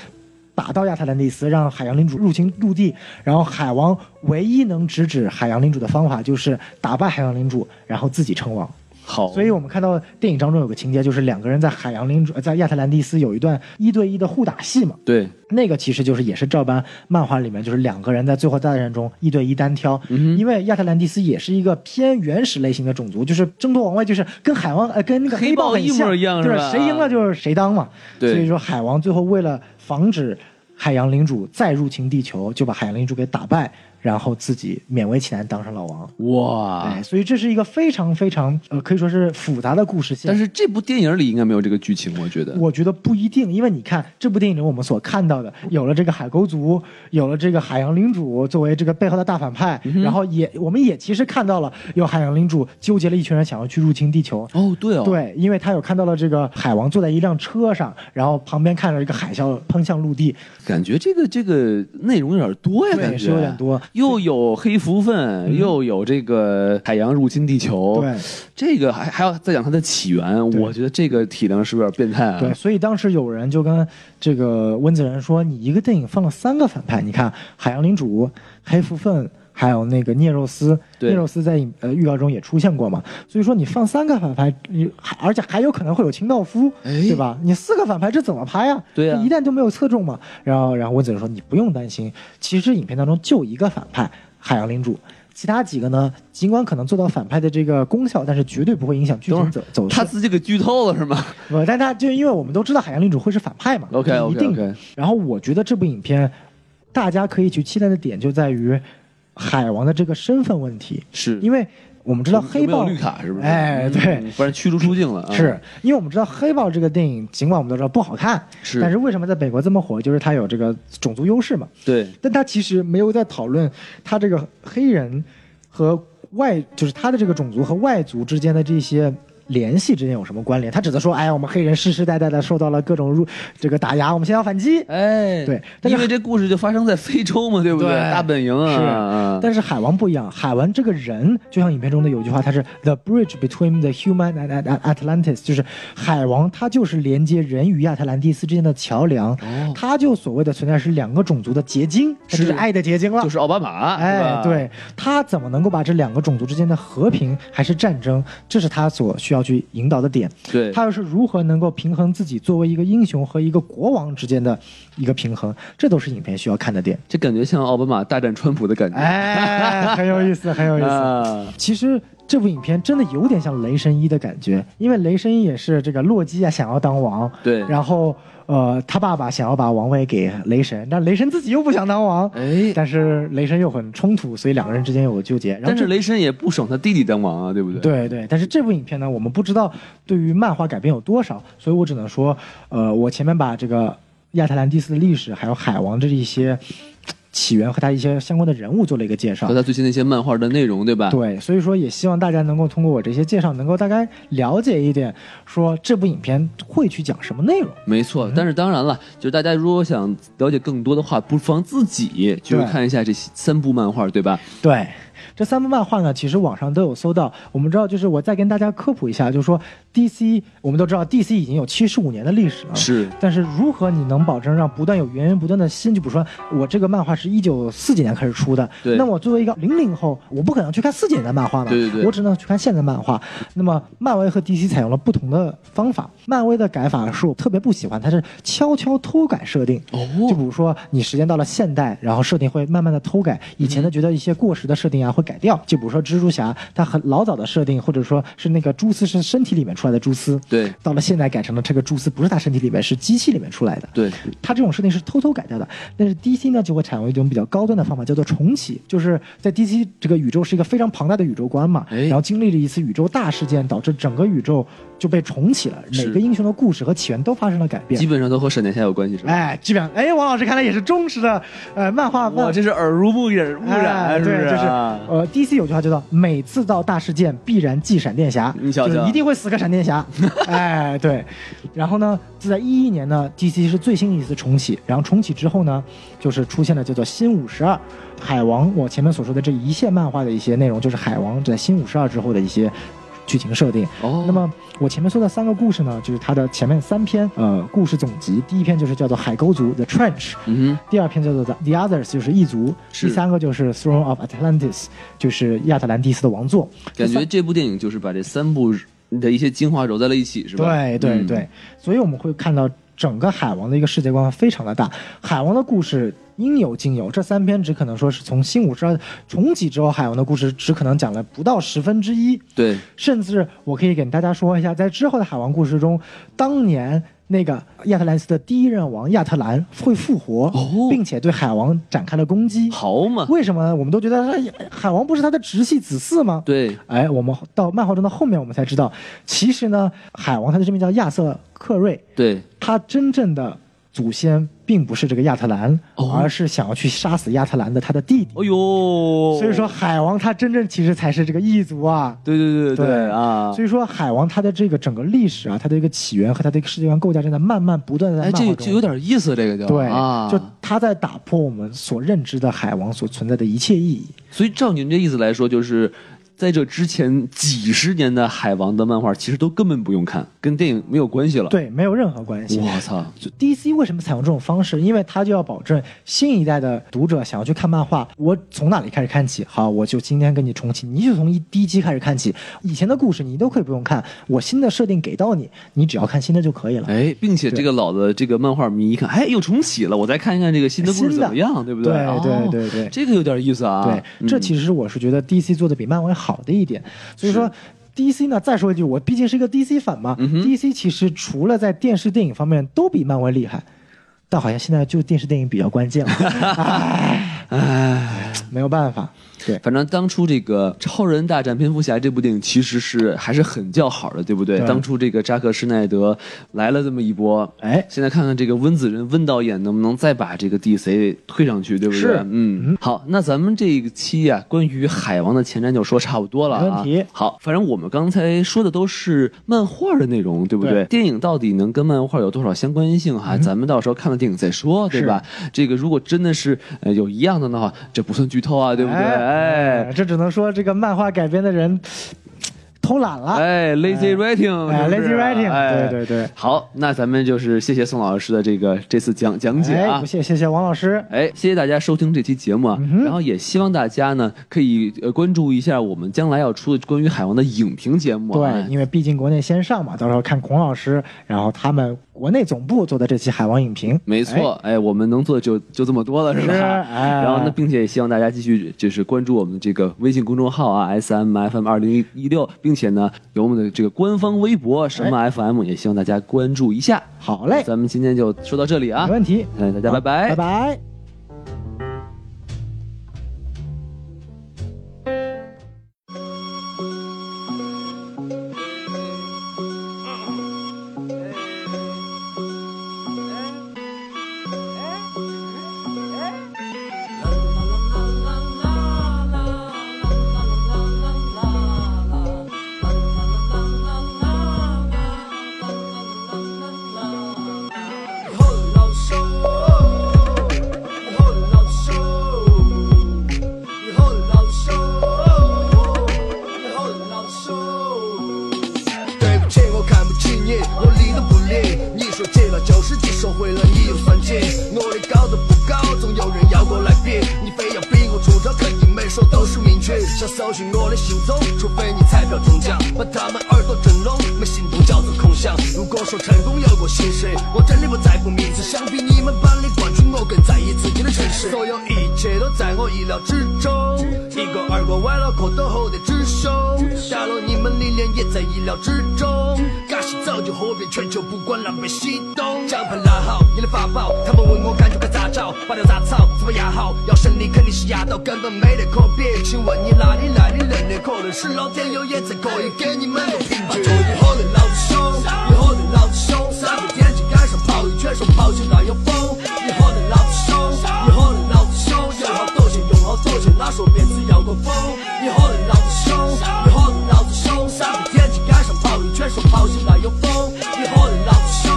Speaker 2: 打到亚特兰蒂斯，让海洋领主入侵陆地，然后海王唯一能直指海洋领主的方法就是打败海洋领主，然后自己称王。
Speaker 3: 好，
Speaker 2: 所以我们看到电影当中有个情节，就是两个人在海洋领主呃在亚特兰蒂斯有一段一对一的互打戏嘛。
Speaker 3: 对，
Speaker 2: 那个其实就是也是照搬漫画里面，就是两个人在最后大战中一对一单挑，
Speaker 3: 嗯
Speaker 2: 因为亚特兰蒂斯也是一个偏原始类型的种族，就是争夺王位，就是跟海王呃跟那个
Speaker 3: 黑豹
Speaker 2: 豹很
Speaker 3: 一模
Speaker 2: 像
Speaker 3: 一样
Speaker 2: 就是
Speaker 3: 是吧
Speaker 2: 谁赢了就是谁当嘛。
Speaker 3: 对
Speaker 2: 所以说海王最后为了防止海洋领主再入侵地球，就把海洋领主给打败，然后自己勉为其难当上老王。
Speaker 3: 哇啊
Speaker 2: 哎，，所以这是一个非常非常呃，可以说是复杂的故事线。
Speaker 3: 但是这部电影里应该没有这个剧情，我觉得。
Speaker 2: 我觉得不一定，因为你看这部电影里我们所看到的，有了这个海沟族，有了这个海洋领主作为这个背后的大反派，
Speaker 3: 嗯
Speaker 2: 然后也我们也其实看到了有海洋领主纠结了一群人想要去入侵地球。
Speaker 3: 哦，对哦，
Speaker 2: 对，因为他有看到了这个海王坐在一辆车上，然后旁边看着一个海啸喷向陆地，
Speaker 3: 感觉这个这个内容有点多呀，
Speaker 2: 对
Speaker 3: 感觉
Speaker 2: 是有点多，嗯
Speaker 3: 又有黑福分，又有这个海洋入侵地球，
Speaker 2: 对，
Speaker 3: 这个还还要再讲它的起源，
Speaker 2: 对
Speaker 3: 我觉得这个体量是不是有点变态啊？
Speaker 2: 对，所以当时有人就跟这个温子仁说：“你一个电影放了三个反派，你看《海洋领主》、《黑蝠鲼》，还有那个涅肉斯。
Speaker 3: 对
Speaker 2: 涅肉斯在影呃预告中也出现过嘛，所以说你放三个反派，你还而且还有可能会有清道夫，
Speaker 3: 哎
Speaker 2: 对吧？你四个反派这怎么拍呀、
Speaker 3: 对啊
Speaker 2: 这一旦就没有侧重嘛。然后然后温子仁说：“你不用担心，其实影片当中就一个反派，海洋领主。”其他几个呢？尽管可能做到反派的这个功效，但是绝对不会影响剧
Speaker 3: 等会
Speaker 2: 情
Speaker 3: 儿
Speaker 2: 走走势。
Speaker 3: 他自己给剧透了 是吗？
Speaker 2: 不，呃但他就因为我们都知道海洋领主会是反派嘛
Speaker 3: OK，OK，OK
Speaker 2: 一定的。然后我觉得这部影片，大家可以去期待的点就在于海王的这个身份问题，
Speaker 3: 是
Speaker 2: 因为我们知道
Speaker 3: 有
Speaker 2: 黑
Speaker 3: 没有
Speaker 2: 豹
Speaker 3: 绿卡是不是？
Speaker 2: 哎，对。
Speaker 3: 嗯，不然驱逐出境了啊。
Speaker 2: 是因为我们知道《黑豹》这个电影，尽管我们都知道不好看，
Speaker 3: 是
Speaker 2: 但是为什么在美国这么火？就是它有这个种族优势嘛。
Speaker 3: 对，
Speaker 2: 但他其实没有在讨论他这个黑人和外，就是他的这个种族和外族之间的这些联系之间有什么关联。他只在说，哎呀，我们黑人世世代代的受到了各种入这个打压，我们先要反击。
Speaker 3: 哎，
Speaker 2: 对但是
Speaker 3: 因为这故事就发生在非洲嘛，对不
Speaker 2: 对
Speaker 3: 大本营啊，
Speaker 2: 是
Speaker 3: 啊
Speaker 2: 但是海王不一样，海王这个人就像影片中的有句话，他是 the bridge between the human and and- and Atlantis，就是海王他就是连接人与亚特兰蒂斯之间的桥梁，
Speaker 3: 哦
Speaker 2: 他就所谓的存在是两个种族的结晶，他就是是爱的结晶了，
Speaker 3: 就是奥巴马，是
Speaker 2: 哎
Speaker 3: 吧，，
Speaker 2: 对他怎么能够把这两个种族之间的和平还是战争，这是他所需要去引导的点。
Speaker 3: 对
Speaker 2: 他又是如何能够平衡自己作为一个英雄和一个国王之间的一个平衡，这都是影片需要看的点。
Speaker 3: 这感觉像奥巴马大战川普的感觉，
Speaker 2: 哎， 很有意思，很有意思。
Speaker 3: 啊，
Speaker 2: 其实这部影片真的有点像《雷神一》的感觉，因为《雷神一》也是这个洛基啊想要当王，
Speaker 3: 对
Speaker 2: 然后呃他爸爸想要把王位给雷神，但雷神自己又不想当王，
Speaker 3: 哎
Speaker 2: 但是雷神又很冲突，所以两个人之间有纠结。然后
Speaker 3: 但是
Speaker 2: 这
Speaker 3: 雷神也不爽他弟弟当王啊，对不对？，
Speaker 2: 对对，但是这部影片呢，我们不知道对于漫画改编有多少，所以我只能说，呃，我前面把这个亚特兰蒂斯的历史，还有海王这一些起源和他一些相关的人物做了一个介绍
Speaker 3: 和。他最新的一些漫画的内容，对 吧？，
Speaker 2: 对，所以说也希望大家能够通过我这些介绍，能够大概了解一点，说这部影片会去讲什么内容。
Speaker 3: 没
Speaker 2: 嗯
Speaker 3: 错。但是当然了，就是大家如果想了解更多的话，不妨自己就是
Speaker 2: 对
Speaker 3: 看一下这三部漫画，对吧？
Speaker 2: 对，这三部漫画呢，其实网上都有搜到。我们知道，就是我再跟大家科普一下，就是说 DC，我们都知道 DC 已经有七十五年的历史了。
Speaker 3: 是
Speaker 2: 但是如何你能保证让不断有源源不断的新？就比如说我这个漫画是一九四几年开始出的，
Speaker 3: 对
Speaker 2: 那我作为一个零零后，我不可能去看四几年的漫画嘛，
Speaker 3: 对对对
Speaker 2: 我只能去看现在的漫画。那么漫威和 DC 采用了不同的方法，漫威的改法是我特别不喜欢，它是悄悄偷改设定。
Speaker 3: 哦
Speaker 2: 就比如说你时间到了现代，然后设定会慢慢的偷改，以
Speaker 3: 嗯
Speaker 2: 前的觉得一些过时的设定啊会改掉。就比如说蜘蛛侠，它很老早的设定，或者说是那个蛛丝是身体里面出来的蛛丝，
Speaker 3: 对
Speaker 2: 到了现在改成了这个蛛丝不是他身体里面，是机器里面出来的。
Speaker 3: 对，
Speaker 2: 它这种设定是偷偷改掉的。但是 DC 呢，就会采用一种比较高端的方法，叫做重启。就是在 DC 这个宇宙是一个非常庞大的宇宙观嘛，
Speaker 3: 哎
Speaker 2: 然后经历了一次宇宙大事件，导致整个宇宙就被重启了，每
Speaker 3: 是
Speaker 2: 个英雄的故事和起源都发生了改变
Speaker 3: 基。本上都和闪电侠有关系是吧？
Speaker 2: 哎，基本上，哎，王老师看来也是忠实的，呃，漫画漫
Speaker 3: 我这是耳濡目染目
Speaker 2: 哎
Speaker 3: 染，是不
Speaker 2: 对，就是
Speaker 3: 啊？
Speaker 2: 呃，DC 有句话叫做“每次到大事件必然祭闪电侠”，
Speaker 3: 你瞧瞧
Speaker 2: 就是一定会死个闪电 侠。哎，对。然后呢，就在一一年呢，DC 是最新一次重启，然后重启之后呢，就是出现了叫做新五十二海王。我前面所说的这一线漫画的一些内容，就是海王在新五十二之后的一些。剧情设定，
Speaker 3: 哦
Speaker 2: 那么我前面说的三个故事呢，就是它的前面三篇呃故事总集。第一篇就是叫做《海沟族》（The Trench），
Speaker 3: 嗯
Speaker 2: 第二篇叫做《The Others》，就是异族；
Speaker 3: 是
Speaker 2: 第三个就是《Throne of Atlantis》，就是亚特兰蒂斯的王座。
Speaker 3: 哼，感觉这部电影就是把这三部的一些精华揉在了一起，是吧？
Speaker 2: 对对
Speaker 3: 嗯
Speaker 2: 对，所以我们会看到整个海王的一个世界观非常的大，海王的故事。应有尽有，这三篇只可能说是从新五十二重启之后，海王的故事只可能讲了不到十分之一，
Speaker 3: 对，
Speaker 2: 甚至我可以给大家说一下，在之后的海王故事中，当年那个亚特兰蒂斯的第一任王亚特兰会复活，
Speaker 3: 哦
Speaker 2: 并且对海王展开了攻击。
Speaker 3: 好嘛，
Speaker 2: 为什么呢？我们都觉得他海王不是他的直系子嗣吗？。
Speaker 3: 对，
Speaker 2: 哎，我们到漫画中的后面，我们才知道，其实呢，海王他的真名叫亚瑟克瑞，
Speaker 3: 对，
Speaker 2: 他真正的祖先并不是这个亚特兰，
Speaker 3: 哦
Speaker 2: 而是想要去杀死亚特兰的他的弟弟。
Speaker 3: 哦呦，
Speaker 2: 所以说，，海王他真正其实才是这个异族啊。
Speaker 3: 对对对
Speaker 2: 对
Speaker 3: 啊，
Speaker 2: 所以说，海王他的这个整个历史啊，他的一个起源和他的一个世界观构架，正在慢慢不断的在
Speaker 3: 哎，
Speaker 2: 漫画中。
Speaker 3: 这就有点意思，这个就
Speaker 2: 对，
Speaker 3: 啊，
Speaker 2: 就他在打破我们所认知的海王所存在的一切意义。
Speaker 3: 所以照您这意思来说，就是在这之前几十年的海王的漫画，其实都根本不用看，跟电影没有关系了。，
Speaker 2: 对，没有任何关系。
Speaker 3: 我操，
Speaker 2: 就 DC 为什么采用这种方式？因为它就要保证新一代的读者想要去看漫画，我从哪里开始看起？好，我就今天跟你重启，你就从一第一期开始看起，以前的故事你都可以不用看，我新的设定给到你，你只要看新的就可以了。
Speaker 3: 哎，并且这个老的这个漫画迷一看，哎，又重启了，我再看一看这个新的故事
Speaker 2: 新的
Speaker 3: 怎么样，对不对？
Speaker 2: 对
Speaker 3: 哦
Speaker 2: 对对对
Speaker 3: 这个有点意思啊。
Speaker 2: 对，这其
Speaker 3: 实、
Speaker 2: 实我是觉得 DC 做的比漫威好的一点，所以说
Speaker 3: 是。
Speaker 2: DC 呢，再说一句，我毕竟是一个 DC 粉嘛、
Speaker 3: 嗯哼
Speaker 2: d c 其实除了在电视电影方面都比漫威厉害，但好像现在就电视电影比较关 键了，唉，没有办法， 对，
Speaker 3: 反正当初这个《超人大战蝙蝠侠》这部电影其实是还是很叫好的，对不对？
Speaker 2: 对
Speaker 3: 当初这个扎克施耐德来了这么一波，
Speaker 2: 哎，
Speaker 3: 现在看看这个温子仁温导演能不能再把这个 DC 推上去，对不对？
Speaker 2: 是
Speaker 3: 嗯，好，那咱们这一期啊，关于海王的前瞻就说差不多了、啊，
Speaker 2: 没问题
Speaker 3: 好，反正我们刚才说的都是漫画的内容，对不对？
Speaker 2: 对嗯
Speaker 3: 电影到底能跟漫画有多少相关性哈、咱们到时候看了电影再说，对
Speaker 2: 是
Speaker 3: 吧？这个如果真的是呃有一样的的话，这不算剧透啊，对不对？
Speaker 2: 哎
Speaker 3: 哎，
Speaker 2: 这只能说这个漫画改编的人偷懒了。
Speaker 3: 哎，lazy
Speaker 2: 哎
Speaker 3: writing，
Speaker 2: 哎
Speaker 3: 是不是
Speaker 2: ，lazy writing，对
Speaker 3: 哎
Speaker 2: 对对
Speaker 3: 好，那咱们就是谢谢宋老师的这个这次讲讲解
Speaker 2: 哎，
Speaker 3: 啊
Speaker 2: 不，谢谢谢王老师，
Speaker 3: 哎，谢谢大家收听这期节目
Speaker 2: 嗯
Speaker 3: 啊，然后也希望大家呢可以呃关注一下我们将来要出的关于海王的影评节目、啊。
Speaker 2: 对，因为毕竟国内先上嘛，到时候看孔老师，然后他们国内总部做的这期海王影评，
Speaker 3: 没错，哎我们能做的就就这么多了，是吧？
Speaker 2: 是哎
Speaker 3: 然后呢，并且也希望大家继续就是关注我们这个微信公众号啊，S M F M 二零一六，并且呢有我们的这个官方微博什么 F M，、也希望大家关注一下。
Speaker 2: 哎好嘞
Speaker 3: 咱们今天就说到这里啊
Speaker 2: 没，问题，
Speaker 3: 哎，大家拜
Speaker 2: 拜
Speaker 3: 拜，
Speaker 2: 拜。
Speaker 4: Hold on, so. 许我的行踪，除非你彩票中奖，把他们耳朵震聋。没心动叫做空想。如果说成功有过心碎，我真的不在乎名次，相比你们班的冠军，我更在意自己的城市。所有一切都在我意料之中，一个耳光崴了壳都吼得直凶，打了你们的脸也在意料之中。嘎西早就火遍全球，不管南北西东。奖牌拿好，你的法宝，他们问我感觉该咋找，拔掉杂草怎么压好？要胜利肯定是压倒，根本没得可比。请问你哪里来的能力？可能是老天有眼，才可以给你们个平局。以后的老子凶，以后的老子凶，三个天气赶上跑一圈，说跑起来有风。以后的老子凶，以后的老子凶，用好多钱，用好多钱，哪说面子要个风？以后的老子凶，以后的老子凶，三个天气赶上跑一圈，说跑起来有风。以后的老子凶，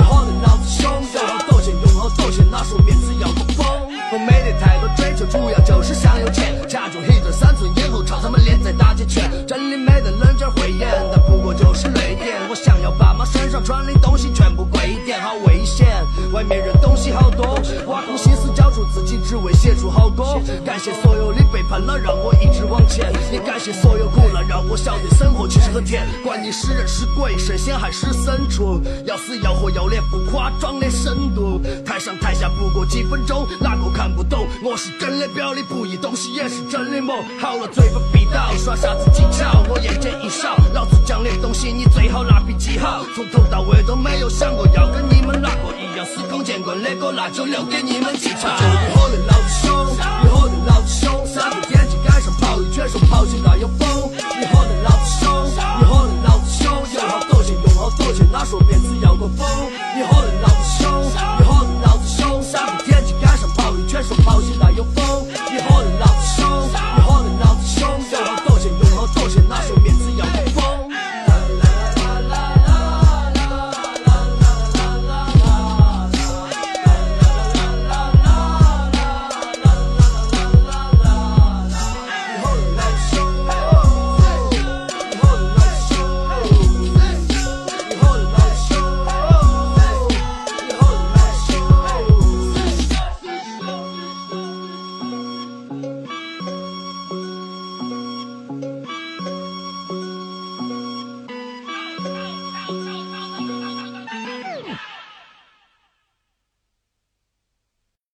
Speaker 4: 以后的老子凶，用好多钱，用好多钱，哪说面子要个风？我没得太多追求，主要就是想有钱。家中一对三寸以后朝他们脸再打几拳，真的没得人家慧眼，但不过就是累点。我想要爸妈身上穿的东西全部贵一点，好危险。外面人东西好多，挖空心思交出自己，只为写出好歌。感谢所有的背叛了，让我一直往前；也感谢所有苦难，让我晓得生活其实很甜。管你是人是鬼，神仙还是牲畜，要死要活要脸，不夸张的深度。台上台下不过几分钟，哪个看不懂？我是真的表里不一，东西也是真的猛。好了，嘴巴闭到，耍啥子技巧？我眼界一少，老子讲的东西你最好拿笔记好。从头到尾都没有想过要跟你们哪个一样司空见惯，那个那就留给你们去查。以后的老子凶，以后的老子凶，三个天气赶上跑一圈，说跑起来有风。以后的老子凶，以后的老子凶，有好多钱用好多钱，哪说面子要个风？以后的。